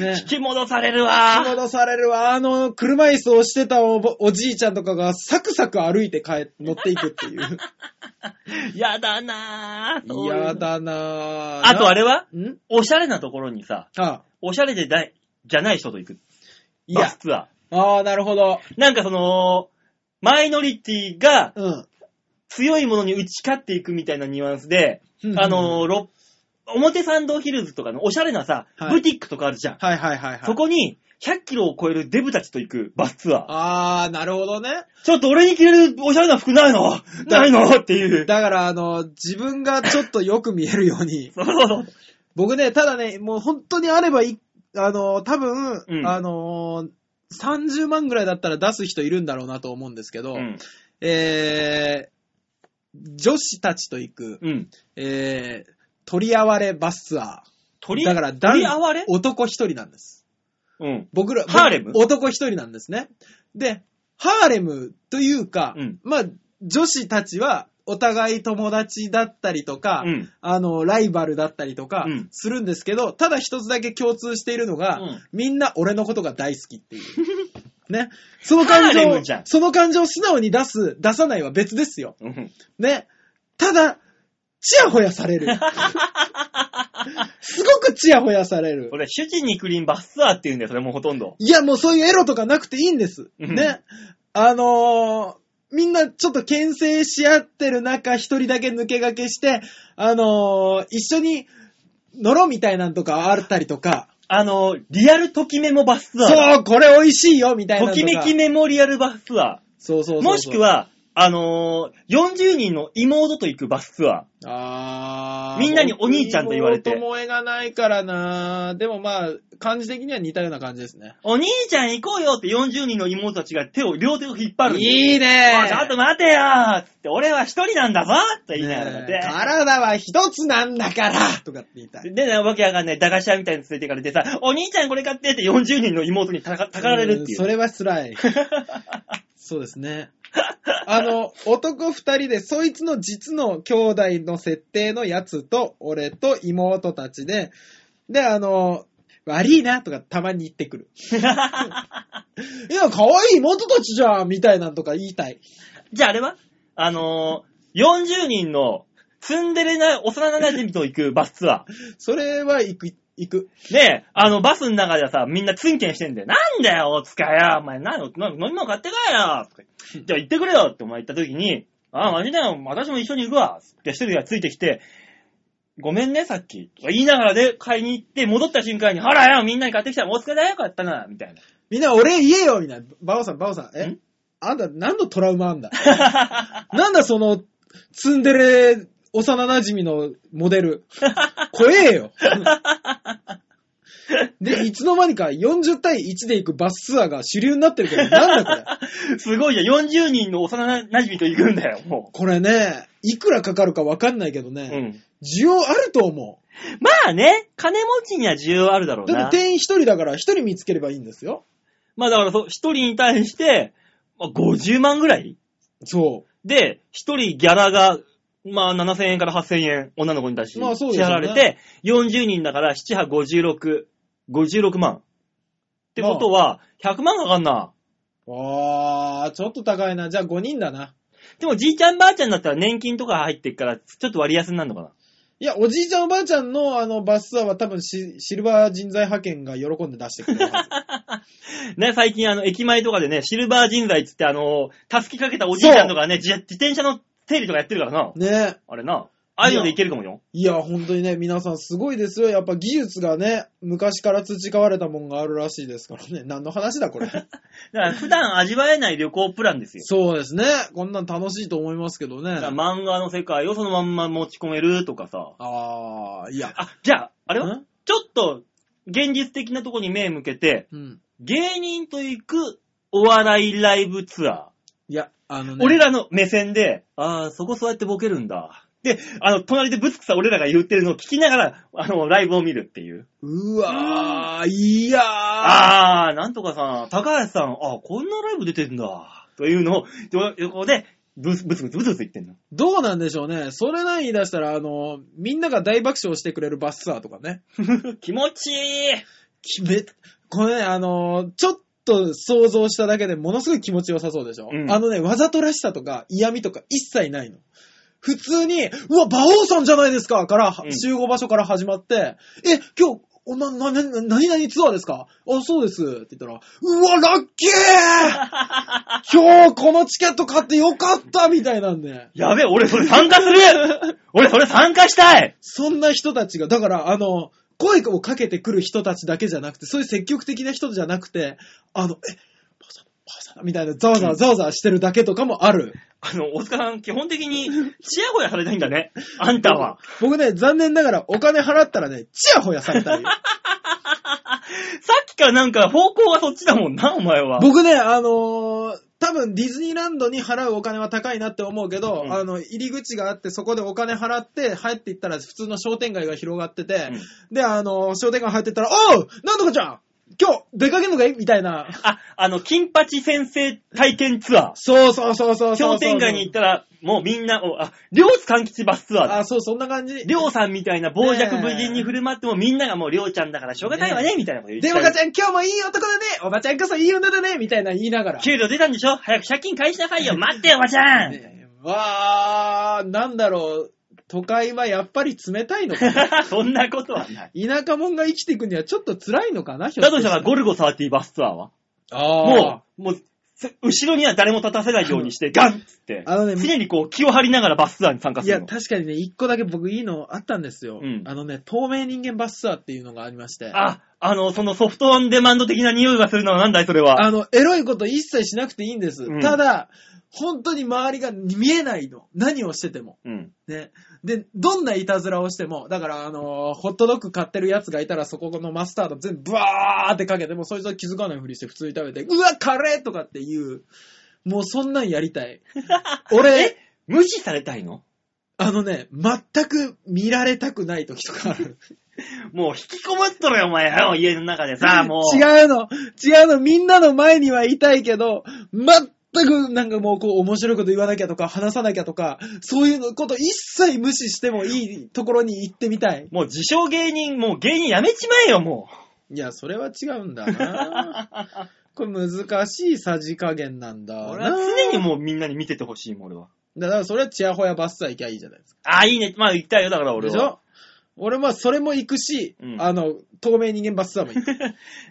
Speaker 1: ねえ
Speaker 2: 引き戻されるわ
Speaker 1: 引き。戻されるわ。あの、車椅子をしてたおぼおじいちゃんとかが、サクサク歩いて帰っ、乗っていくっていう。
Speaker 2: やだなそういうの
Speaker 1: 嫌だなぁ。
Speaker 2: あとあれは
Speaker 1: ん
Speaker 2: おしゃれなところにさ、
Speaker 1: あ、
Speaker 2: おしゃれでない、じゃない人と行く。
Speaker 1: い
Speaker 2: バ
Speaker 1: や
Speaker 2: ス。ツア
Speaker 1: ああ、なるほど。
Speaker 2: ー。なんかその、マイノリティが
Speaker 1: うん。
Speaker 2: 強いものに打ち勝っていくみたいなニュアンスで、
Speaker 1: うん
Speaker 2: あのー、ろ表参道ヒルズとかのおしゃれなさ、
Speaker 1: はい
Speaker 2: ブティックとかあるじゃん。
Speaker 1: はいはいはいはい。
Speaker 2: そこに、100キロを超えるデブたちと行くバスツアー。
Speaker 1: ああ、なるほどね。
Speaker 2: ちょっと俺に着れるおしゃれな服ないの
Speaker 1: だ
Speaker 2: ないのっていう。
Speaker 1: だから、あの、自分がちょっとよく見えるように。
Speaker 2: そうそうそう。
Speaker 1: 僕ね、ただね、もう本当にあればいい、あの、多分、
Speaker 2: うん
Speaker 1: あのー、30万ぐらいだったら出す人いるんだろうなと思うんですけど、
Speaker 2: うん。
Speaker 1: えー、女子たちと行く、
Speaker 2: うん。
Speaker 1: えー、取り合われバスツア
Speaker 2: 鳥
Speaker 1: ー。だから、
Speaker 2: 鳥哀れ
Speaker 1: 男男一人なんです。
Speaker 2: うん。
Speaker 1: 僕ら、
Speaker 2: ハーレム
Speaker 1: 僕男一人なんですね。で、ハーレムというか、
Speaker 2: うん
Speaker 1: まあ、女子たちは、お互い友達だったりとか、
Speaker 2: うん
Speaker 1: あの、ライバルだったりとか
Speaker 2: うん、
Speaker 1: するんですけど、ただ一つだけ共通しているのが、
Speaker 2: うん
Speaker 1: みんな俺のことが大好きっていう。 ね。その感
Speaker 2: ハーレ
Speaker 1: 情
Speaker 2: ムじゃん、
Speaker 1: その感情を素直に出す、出さないは別ですよ。
Speaker 2: うん。
Speaker 1: ね。ただ、チヤホヤ される。すごくチヤホヤされる。
Speaker 2: 俺、主人にクリーンバスツアーって言うんだよ、それもうほとんど。
Speaker 1: いや、もうそういうエロとかなくていいんです。
Speaker 2: うん
Speaker 1: ね。あのーみんなちょっと牽制し合ってる中、一人だけ抜け駆けして、あのー一緒に乗ろうみたいなんとかあったりとか、
Speaker 2: あの、リアルときメモバスツアーだ。
Speaker 1: そう、これ美味しいよみたいな
Speaker 2: と
Speaker 1: の
Speaker 2: き
Speaker 1: と
Speaker 2: め
Speaker 1: か。
Speaker 2: きメモリアルバスツア
Speaker 1: そうそう
Speaker 2: ー。
Speaker 1: そうそう。
Speaker 2: もしく、は、あのー、40人の妹と行くバスツア
Speaker 1: あー
Speaker 2: みんなにお兄ちゃんと言われて
Speaker 1: 僕にも友えがないからなでもまあ、感じ的には似たような感じですね
Speaker 2: ー。。お兄ちゃん行こうよって40人の妹たちが手を、両手を引っ張る。
Speaker 1: いい
Speaker 2: お
Speaker 1: ね
Speaker 2: いちょっと待てよーつって、俺は一人なんだぞって言いながら
Speaker 1: ねえ
Speaker 2: ね。
Speaker 1: 体は一つなんだからとかって言いたい。
Speaker 2: で、ね、わけわかんない、駄菓子屋みたいに連れて行かれてさ、お兄ちゃんこれ買ってって40人の妹にたかたかられるってい。
Speaker 1: んそうれは 辛い。そうですね。あの、男二人で、そいつの実の兄弟の設定のやつと、俺と妹たちで、で、あの、悪いなとかたまに言ってく る。いや、可愛い妹たちじゃんみたいなんとか言いたい。
Speaker 2: じゃああれはあのー、40人のツンデレな幼なじみと行くバスツア
Speaker 1: それは行く、行く。
Speaker 2: ー。で、あの、バスの中ではさ、みんなツンケンしてんだよ。なんだよ、大塚よ。お前、なよ、な飲み物買ってこいよ。とかじゃあ行ってくれよってお前言った時に、ああ、マジだよ。私も一緒に行くわ。って一人がついてきて、ごめんね、さっき。とか言いながらで、買いに行って、戻った瞬間に、ほらよ、みんなに買ってきたら、大塚だよ、買ったな、みたいな。
Speaker 1: みんな俺言えよみたいな。バオさん、バオさん。え
Speaker 2: ん
Speaker 1: あんた何のトラウマ あんだなんだその、ツンデレ、幼馴染のモデル。怖えよ。で、いつの間にか40対1で行くバスツアーが主流になってるけど、なんだこれ。
Speaker 2: すごいじゃん。40人の幼なじみと行くんだよ、も
Speaker 1: これね、いくらかかるかわかんないけど
Speaker 2: う。う
Speaker 1: ね、
Speaker 2: ん。
Speaker 1: 需要あると思
Speaker 2: まあね、金持ちには需要あるだろ
Speaker 1: う。
Speaker 2: う
Speaker 1: だ
Speaker 2: な
Speaker 1: って。店員一人だから一人見つければいいんですよ。
Speaker 2: まあだからそう、一人に対して、まあ、50万ぐらい
Speaker 1: そ
Speaker 2: で、一人ギャラが、まあ、7000円から8000円、女の子に対して
Speaker 1: まあそう
Speaker 2: 支
Speaker 1: ですよ
Speaker 2: 払
Speaker 1: ね
Speaker 2: われて、40人だから、7波56、56万。ってことは、100万かかんな。
Speaker 1: う。あー、ちょっと高いな。じゃあ5人だな。
Speaker 2: でも、じいちゃんばあちゃんだったら年金とか入ってっから、ちょっと割安になるのかな。
Speaker 1: いや、おじいちゃんおばあちゃんのあのバスツアーは多分シシルバー人材派遣が喜んで出してくれ るはず。
Speaker 2: ね、最近、あの、駅前とかでね、シルバー人材っつって、あの、助けかけたおじいちゃんとかね、自自転車の整理とかやってるからな。
Speaker 1: ね
Speaker 2: あれな。ああいうのでいけるかもよ。
Speaker 1: いや、本当にね、皆さんすごいですよ。やっぱ技術がね、昔から培われたもんがあるらしいですからね。何の話 だ、これ。
Speaker 2: だから、普段味わえない旅行プランですよ。
Speaker 1: そうですね。こんなん楽しいと思いますけどね。
Speaker 2: だから漫画の世界をそのまんま持ち込めるとかさ。
Speaker 1: あー、いや。
Speaker 2: あ、じゃあ、あれは
Speaker 1: ん
Speaker 2: ちょっと、現実的なとこに目向けて、
Speaker 1: うん。
Speaker 2: 芸人と行くお笑いライブツア
Speaker 1: いや、あの
Speaker 2: ー。
Speaker 1: ね。
Speaker 2: 俺らの目線で、あー、そこそうやってボケるんだ。で、あの、隣でぶつくさ俺らが言ってるのを聞きながら、あの、ライブを見るっていう。
Speaker 1: うわー、いやー。
Speaker 2: あー、なんとかさん、高橋さん、あ、こんなライブ出てんだ。というのを、よ横で、ブスブツブツブツブツ言ってんの。
Speaker 1: どうなんでしょうね。それない言い出したら、あの、みんなが大爆笑してくれるバスツアーとかね。
Speaker 2: 気持ちいい
Speaker 1: きめ、これね、あの、ちょっと想像しただけでものすごい気持ちよさそうでしょ。
Speaker 2: うん
Speaker 1: あのね、わざとらしさとか嫌味とか一切ないの。普通に、うわ、馬王さんじゃないですかから、
Speaker 2: うん
Speaker 1: 集合場所から始まって、え、今日、おな、な、な、な、何々ツアーですかあ、そうです。って言ったら、うわ、ラッキー 今日このチケット買ってよかったみたいなんで。
Speaker 2: やべえ、俺それ参加す る俺それ参加したい
Speaker 1: そんな人たちが、だから、あの、声をかけてくる人たちだけじゃなくて、そういう積極的な人じゃなくて、あの、え、パーさん、パーさん、みたいな、ざわざわざわざわしてるだけとかもある。
Speaker 2: あの、大塚さん、基本的に、チヤホヤされないんだね。あんたは。
Speaker 1: 僕ね、残念ながらお金払ったらね、チヤホヤされ たい。
Speaker 2: さっきからなんか方向がそっちだもんな、お前は。
Speaker 1: 僕ね、あのー多分ディズニーランドに払うお金は高いなって思うけど、
Speaker 2: うん
Speaker 1: あの、入り口があって、そこでお金払って、入っていったら普通の商店街が広がってて、で、あのー商店街入ってったら、おうなんとかちゃん今日、出かけるのかいみたいな。
Speaker 2: あ、あの、金八先生体験ツア
Speaker 1: そうそうそうそうそう
Speaker 2: ー。
Speaker 1: そう。
Speaker 2: 商店街に行ったら、もうみんな、おあ、りょうつかんきちバスツアーだ。
Speaker 1: あ、そう、そんな感じ。
Speaker 2: りょうさんみたいな傍若無人に振る舞ってもみんながもうりょうちゃんだからしょうがないわね、みたいなこと言って。
Speaker 1: で、おばちゃん今日もいい男だねおばちゃんこそいい女だねみたいな言いながら。
Speaker 2: 給料出たんでしょ早く借金返しなさいよ。待ってよ、おばちゃん。
Speaker 1: ねわー、なんだろう、都会はやっぱり冷たいの かな
Speaker 2: そんなことはない。
Speaker 1: 田舎者が生きていくにはちょっと辛いのかなひょっ
Speaker 2: だと
Speaker 1: し
Speaker 2: した
Speaker 1: た
Speaker 2: ら
Speaker 1: ら
Speaker 2: ゴルゴ13バスツアーは
Speaker 1: あー
Speaker 2: もう、もう、せ後ろには誰も立たせないように して、ガンっつって、
Speaker 1: あのね
Speaker 2: 常にこう気を張りながらバスツアーに参加
Speaker 1: い
Speaker 2: す
Speaker 1: や、
Speaker 2: るの。
Speaker 1: 確かにね、一個だけ僕いいのあったんですよ。
Speaker 2: うん
Speaker 1: あのね、透明人間バスツアーっていうのがありまして。
Speaker 2: あ、あの、そのソフトオンデマンド的な匂いがするのはなんだいそれは。
Speaker 1: あの、エロいこと一切しなくていいんです。
Speaker 2: うん
Speaker 1: ただ、本当に周りが見えないの。何をしてても。
Speaker 2: うん。
Speaker 1: ね。で、どんないたずらをしても、だから、あのーホットドッグ買ってるやつがいたら、そこのマスタード全部ブワーってかけて、もうそいつは気づかないふりして普通に食べて、うわ、カレーとかっていう、もうそんなんやりたい。俺、
Speaker 2: 無視されたいの
Speaker 1: あのね、全く見られたくない時とかある。
Speaker 2: もう引きこもっとろよ、お前よ、家の中でさ、もう。
Speaker 1: 違うの、違うの、みんなの前にはいたいけど、全くなんかもうこう面白いこと言わなきゃとか、話さなきゃとか、そういうのこと一切無視してもいいところに行ってみたい。
Speaker 2: もう自称芸人、もう芸人やめちまえよ、も
Speaker 1: いや、それは違うんだ な。これ難しいさじ加減なんだ
Speaker 2: う。
Speaker 1: な。
Speaker 2: 俺は常にもうみんなに見ててほしいもん、俺は。
Speaker 1: だからそれはチヤホヤバスター行きゃいいじゃないですか。
Speaker 2: あ、いいね。まあ、行ったよ、だから俺
Speaker 1: で
Speaker 2: は。
Speaker 1: しょ俺はそれも行くし、
Speaker 2: うん
Speaker 1: あの、透明人間バスター も行く。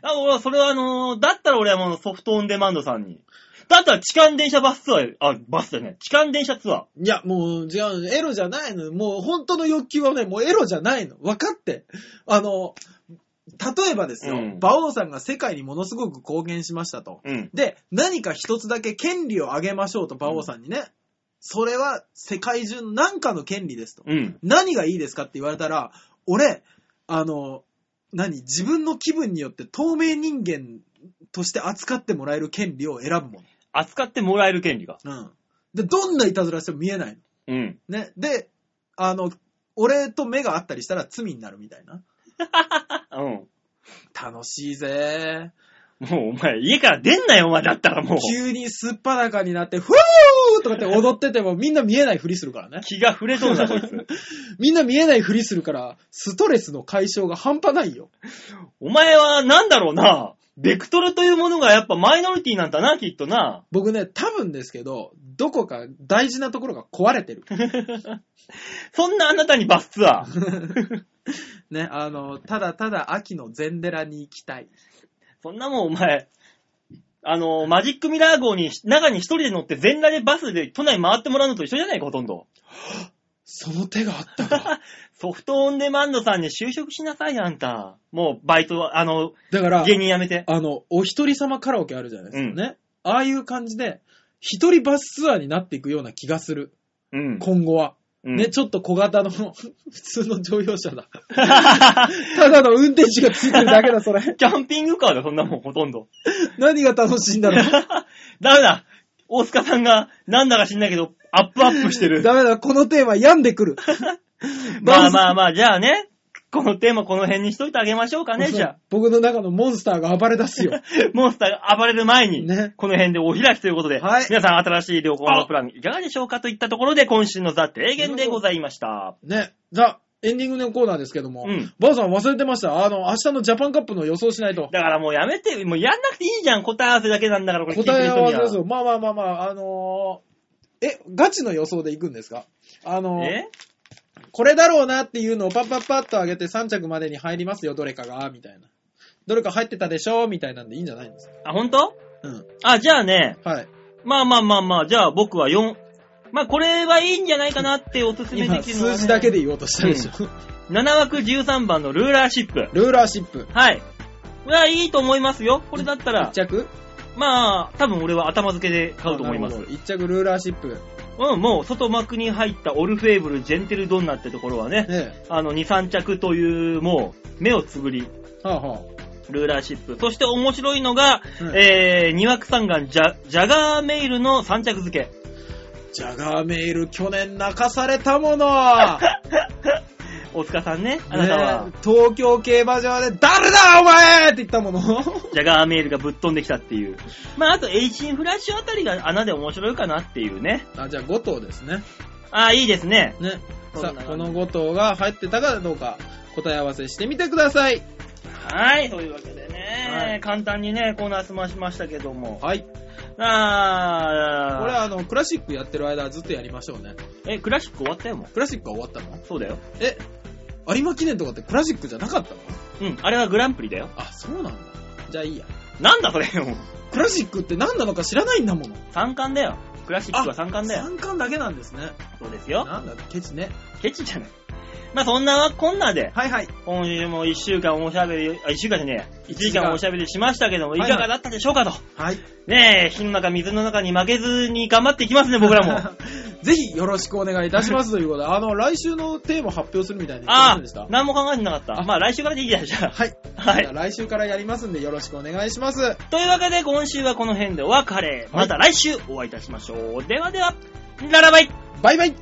Speaker 2: あ、俺は、それはあのーだったら俺はもうソフトオンデマンドさんに。だったら痴漢電車バスツアー、あ、バスじゃない。痴漢電車ツアー。
Speaker 1: いや、もう違う、エロじゃないの。もう本当の欲求はね、もうエロじゃないの。分かって。あの、例えばですよ、
Speaker 2: うん
Speaker 1: 馬王さんが世界にものすごく貢献しましたと。
Speaker 2: うん。
Speaker 1: で、何か一つだけ権利をあげましょうと、馬王さんにね。それは世界中の何かの権利ですと。
Speaker 2: うん。
Speaker 1: 何がいいですかって言われたら、俺、あの、何自分の気分によって透明人間として扱ってもらえる権利を選ぶも
Speaker 2: 扱ってもらえる権利が。
Speaker 1: の。うん。で、どんないたずらしても見えない
Speaker 2: うん。
Speaker 1: の。ね。で、あの、俺と目があったりしたら罪になるみたいな。
Speaker 2: うん。
Speaker 1: 楽しいぜ。
Speaker 2: もうお前、家から出んなよ、お前だったらもう。
Speaker 1: 急にすっぱだかになって、ふぅーとかって踊っててもみんな見えないふりするからね。
Speaker 2: 気が触れそうだ、こい つ。
Speaker 1: みんな見えないふりするから、ストレスの解消が半端ないよ。
Speaker 2: お前は、なんだろうな。ベクトルというものがやっぱマイノリティなんだな、きっとな。
Speaker 1: 僕ね、多分ですけど、どこか大事なところが壊れて る。
Speaker 2: そんなあなたにバスツア ー。
Speaker 1: ね、あの、ただただ秋の禅寺に行きたい。
Speaker 2: そんなもんお前、あの、マジックミラー号に、中に一人で乗って全裸でバスで都内回ってもらうのと一緒じゃないか、ほとんど。
Speaker 1: その手があったか。
Speaker 2: ソフトオンデマンドさんに就職しなさいよ、あんた。もう、バイトは、あの、
Speaker 1: だから、
Speaker 2: 芸人辞めて。
Speaker 1: あの、お一人様カラオケあるじゃないですかね。ああいう感じで、一人バスツアーになっていくような気がする。
Speaker 2: うん。
Speaker 1: 今後は。
Speaker 2: うん
Speaker 1: ね、ちょっと小型の、 普通の乗用車だ。 ただの運転手がついてるだけだ、そ れ。
Speaker 2: キャンピングカーだ、そんなもん、ほとんど。
Speaker 1: 何が楽しいんだろう。
Speaker 2: ダメだ大塚さんが、なんだか知んないけど、アップアップしてる。
Speaker 1: ダメだ、このテーマ病んでくる。
Speaker 2: まあまあまあ、じゃあね、このテーマこの辺にしといてあげましょうかね、じゃあ。
Speaker 1: 僕の中のモンスターが暴れ出すよ。
Speaker 2: モンスターが暴れる前に、
Speaker 1: ね
Speaker 2: この辺でお開きということで、
Speaker 1: はい
Speaker 2: 皆さん新しい旅行のプランいかがでしょうかといったところで、今週のザ・提言でございました。
Speaker 1: ね、ザ、エンディングのコーナーですけども、
Speaker 2: うん
Speaker 1: ばあさん忘れてました。あの、明日のジャパンカップの予想しないと。
Speaker 2: だからもうやめて、もうやんなくていいじゃん、答え合わせだけなんだから、これ聞いて
Speaker 1: 答
Speaker 2: る
Speaker 1: え合
Speaker 2: 人
Speaker 1: わ
Speaker 2: に
Speaker 1: せです
Speaker 2: は。
Speaker 1: よ。まあまあまあまあ、あのーえ、ガチの予想で行くんですかあのー
Speaker 2: え
Speaker 1: これだろうなっていうのをパッパッパッと上げて3着までに入りますよ、どれかが、みたいな。どれか入ってたでしょみたいなんでいいんじゃないんですか
Speaker 2: あ、ほんと
Speaker 1: うん。
Speaker 2: あ、じゃあね、
Speaker 1: はい。
Speaker 2: まあまあまあまあ、じゃあ僕は4。まあこれはいいんじゃないかなっておすすめ
Speaker 1: 今、
Speaker 2: できるのは、ね、
Speaker 1: 数字だけで言おうとしたでしょ。
Speaker 2: 7枠13番のルーラーシップ。
Speaker 1: ルーラーシップ。
Speaker 2: はい。これはいいと思いますよ。これだった
Speaker 1: 1
Speaker 2: ら、
Speaker 1: 着
Speaker 2: まあ、多分俺は頭付けで買うと思います。
Speaker 1: 1着ルーラーシップ。
Speaker 2: うん、もう外幕に入ったオルフェーブル、ジェンテルドンナってところはね、
Speaker 1: ね
Speaker 2: あの、2、3着という、もう、目をつぶり、
Speaker 1: え。はあはあ。
Speaker 2: ルーラーシップ。そして面白いのが、
Speaker 1: うん
Speaker 2: えー、2枠3眼、ジャ、ジャガーメイルの3着付け。
Speaker 1: ジャガーメイル、去年泣かされた もの
Speaker 2: 大塚さんね、あなたは、
Speaker 1: ねえ東京競馬場で、誰だお前って言ったもの
Speaker 2: ジャガーメイルがぶっ飛んできたっていう。まあ、あと、エイシンフラッシュあたりが穴で面白いかなっていうね。
Speaker 1: あ、じゃあ5頭ですね。
Speaker 2: ああ、いいですね。
Speaker 1: ね。
Speaker 2: そ
Speaker 1: さ
Speaker 2: んな
Speaker 1: あ、
Speaker 2: 感じ
Speaker 1: この5頭が入ってたかどうか、答え合わせしてみてください。
Speaker 2: はい、というわけでね、
Speaker 1: はい
Speaker 2: 簡単にね、コーナー済ましましたけども。
Speaker 1: はい。こ
Speaker 2: あ
Speaker 1: れはあの、クラシックやってる間ずっとやりましょうね。
Speaker 2: ー、え、クラシック終わったよ、もう。
Speaker 1: クラシックは終わったの
Speaker 2: そうだよ。
Speaker 1: え、有馬記念とかってクラシックじゃなかったの
Speaker 2: うん、あれはグランプリだよ。
Speaker 1: あ、そうなんだ。じゃあいいや。
Speaker 2: なんだそれよ。
Speaker 1: クラシックって何なのか知らないんだもの。
Speaker 2: 三冠だよ。クラシックは三冠だよ。
Speaker 1: 3巻だけなんですね。
Speaker 2: そうですよ。
Speaker 1: なんだ、ケチね。
Speaker 2: ケチじゃない。まあそんなわこんなで、
Speaker 1: はいはい。
Speaker 2: 今週も一週間おしゃべり、あ、一週間じゃねえ、一時間おしゃべりしましたけども、い
Speaker 1: はい
Speaker 2: かがだったでしょうかと。
Speaker 1: はい。
Speaker 2: ねえ、火の中、水の中に負けずに頑張 っていきますね、僕らも。
Speaker 1: ぜひよろしくお願いいたしますということで、あの、来週のテーマ発表するみたいに言ってま
Speaker 2: あ
Speaker 1: せんでした
Speaker 2: あ、何も考えてなかった。まあ来週からでいいや、じゃあ。
Speaker 1: はい。
Speaker 2: はい
Speaker 1: じゃあ来週からやりますんでよろしくお願いします。
Speaker 2: というわけで今週はこの辺でお別れ。また来週お会いいたしましょう。ではでは、ならばい
Speaker 1: バイバイ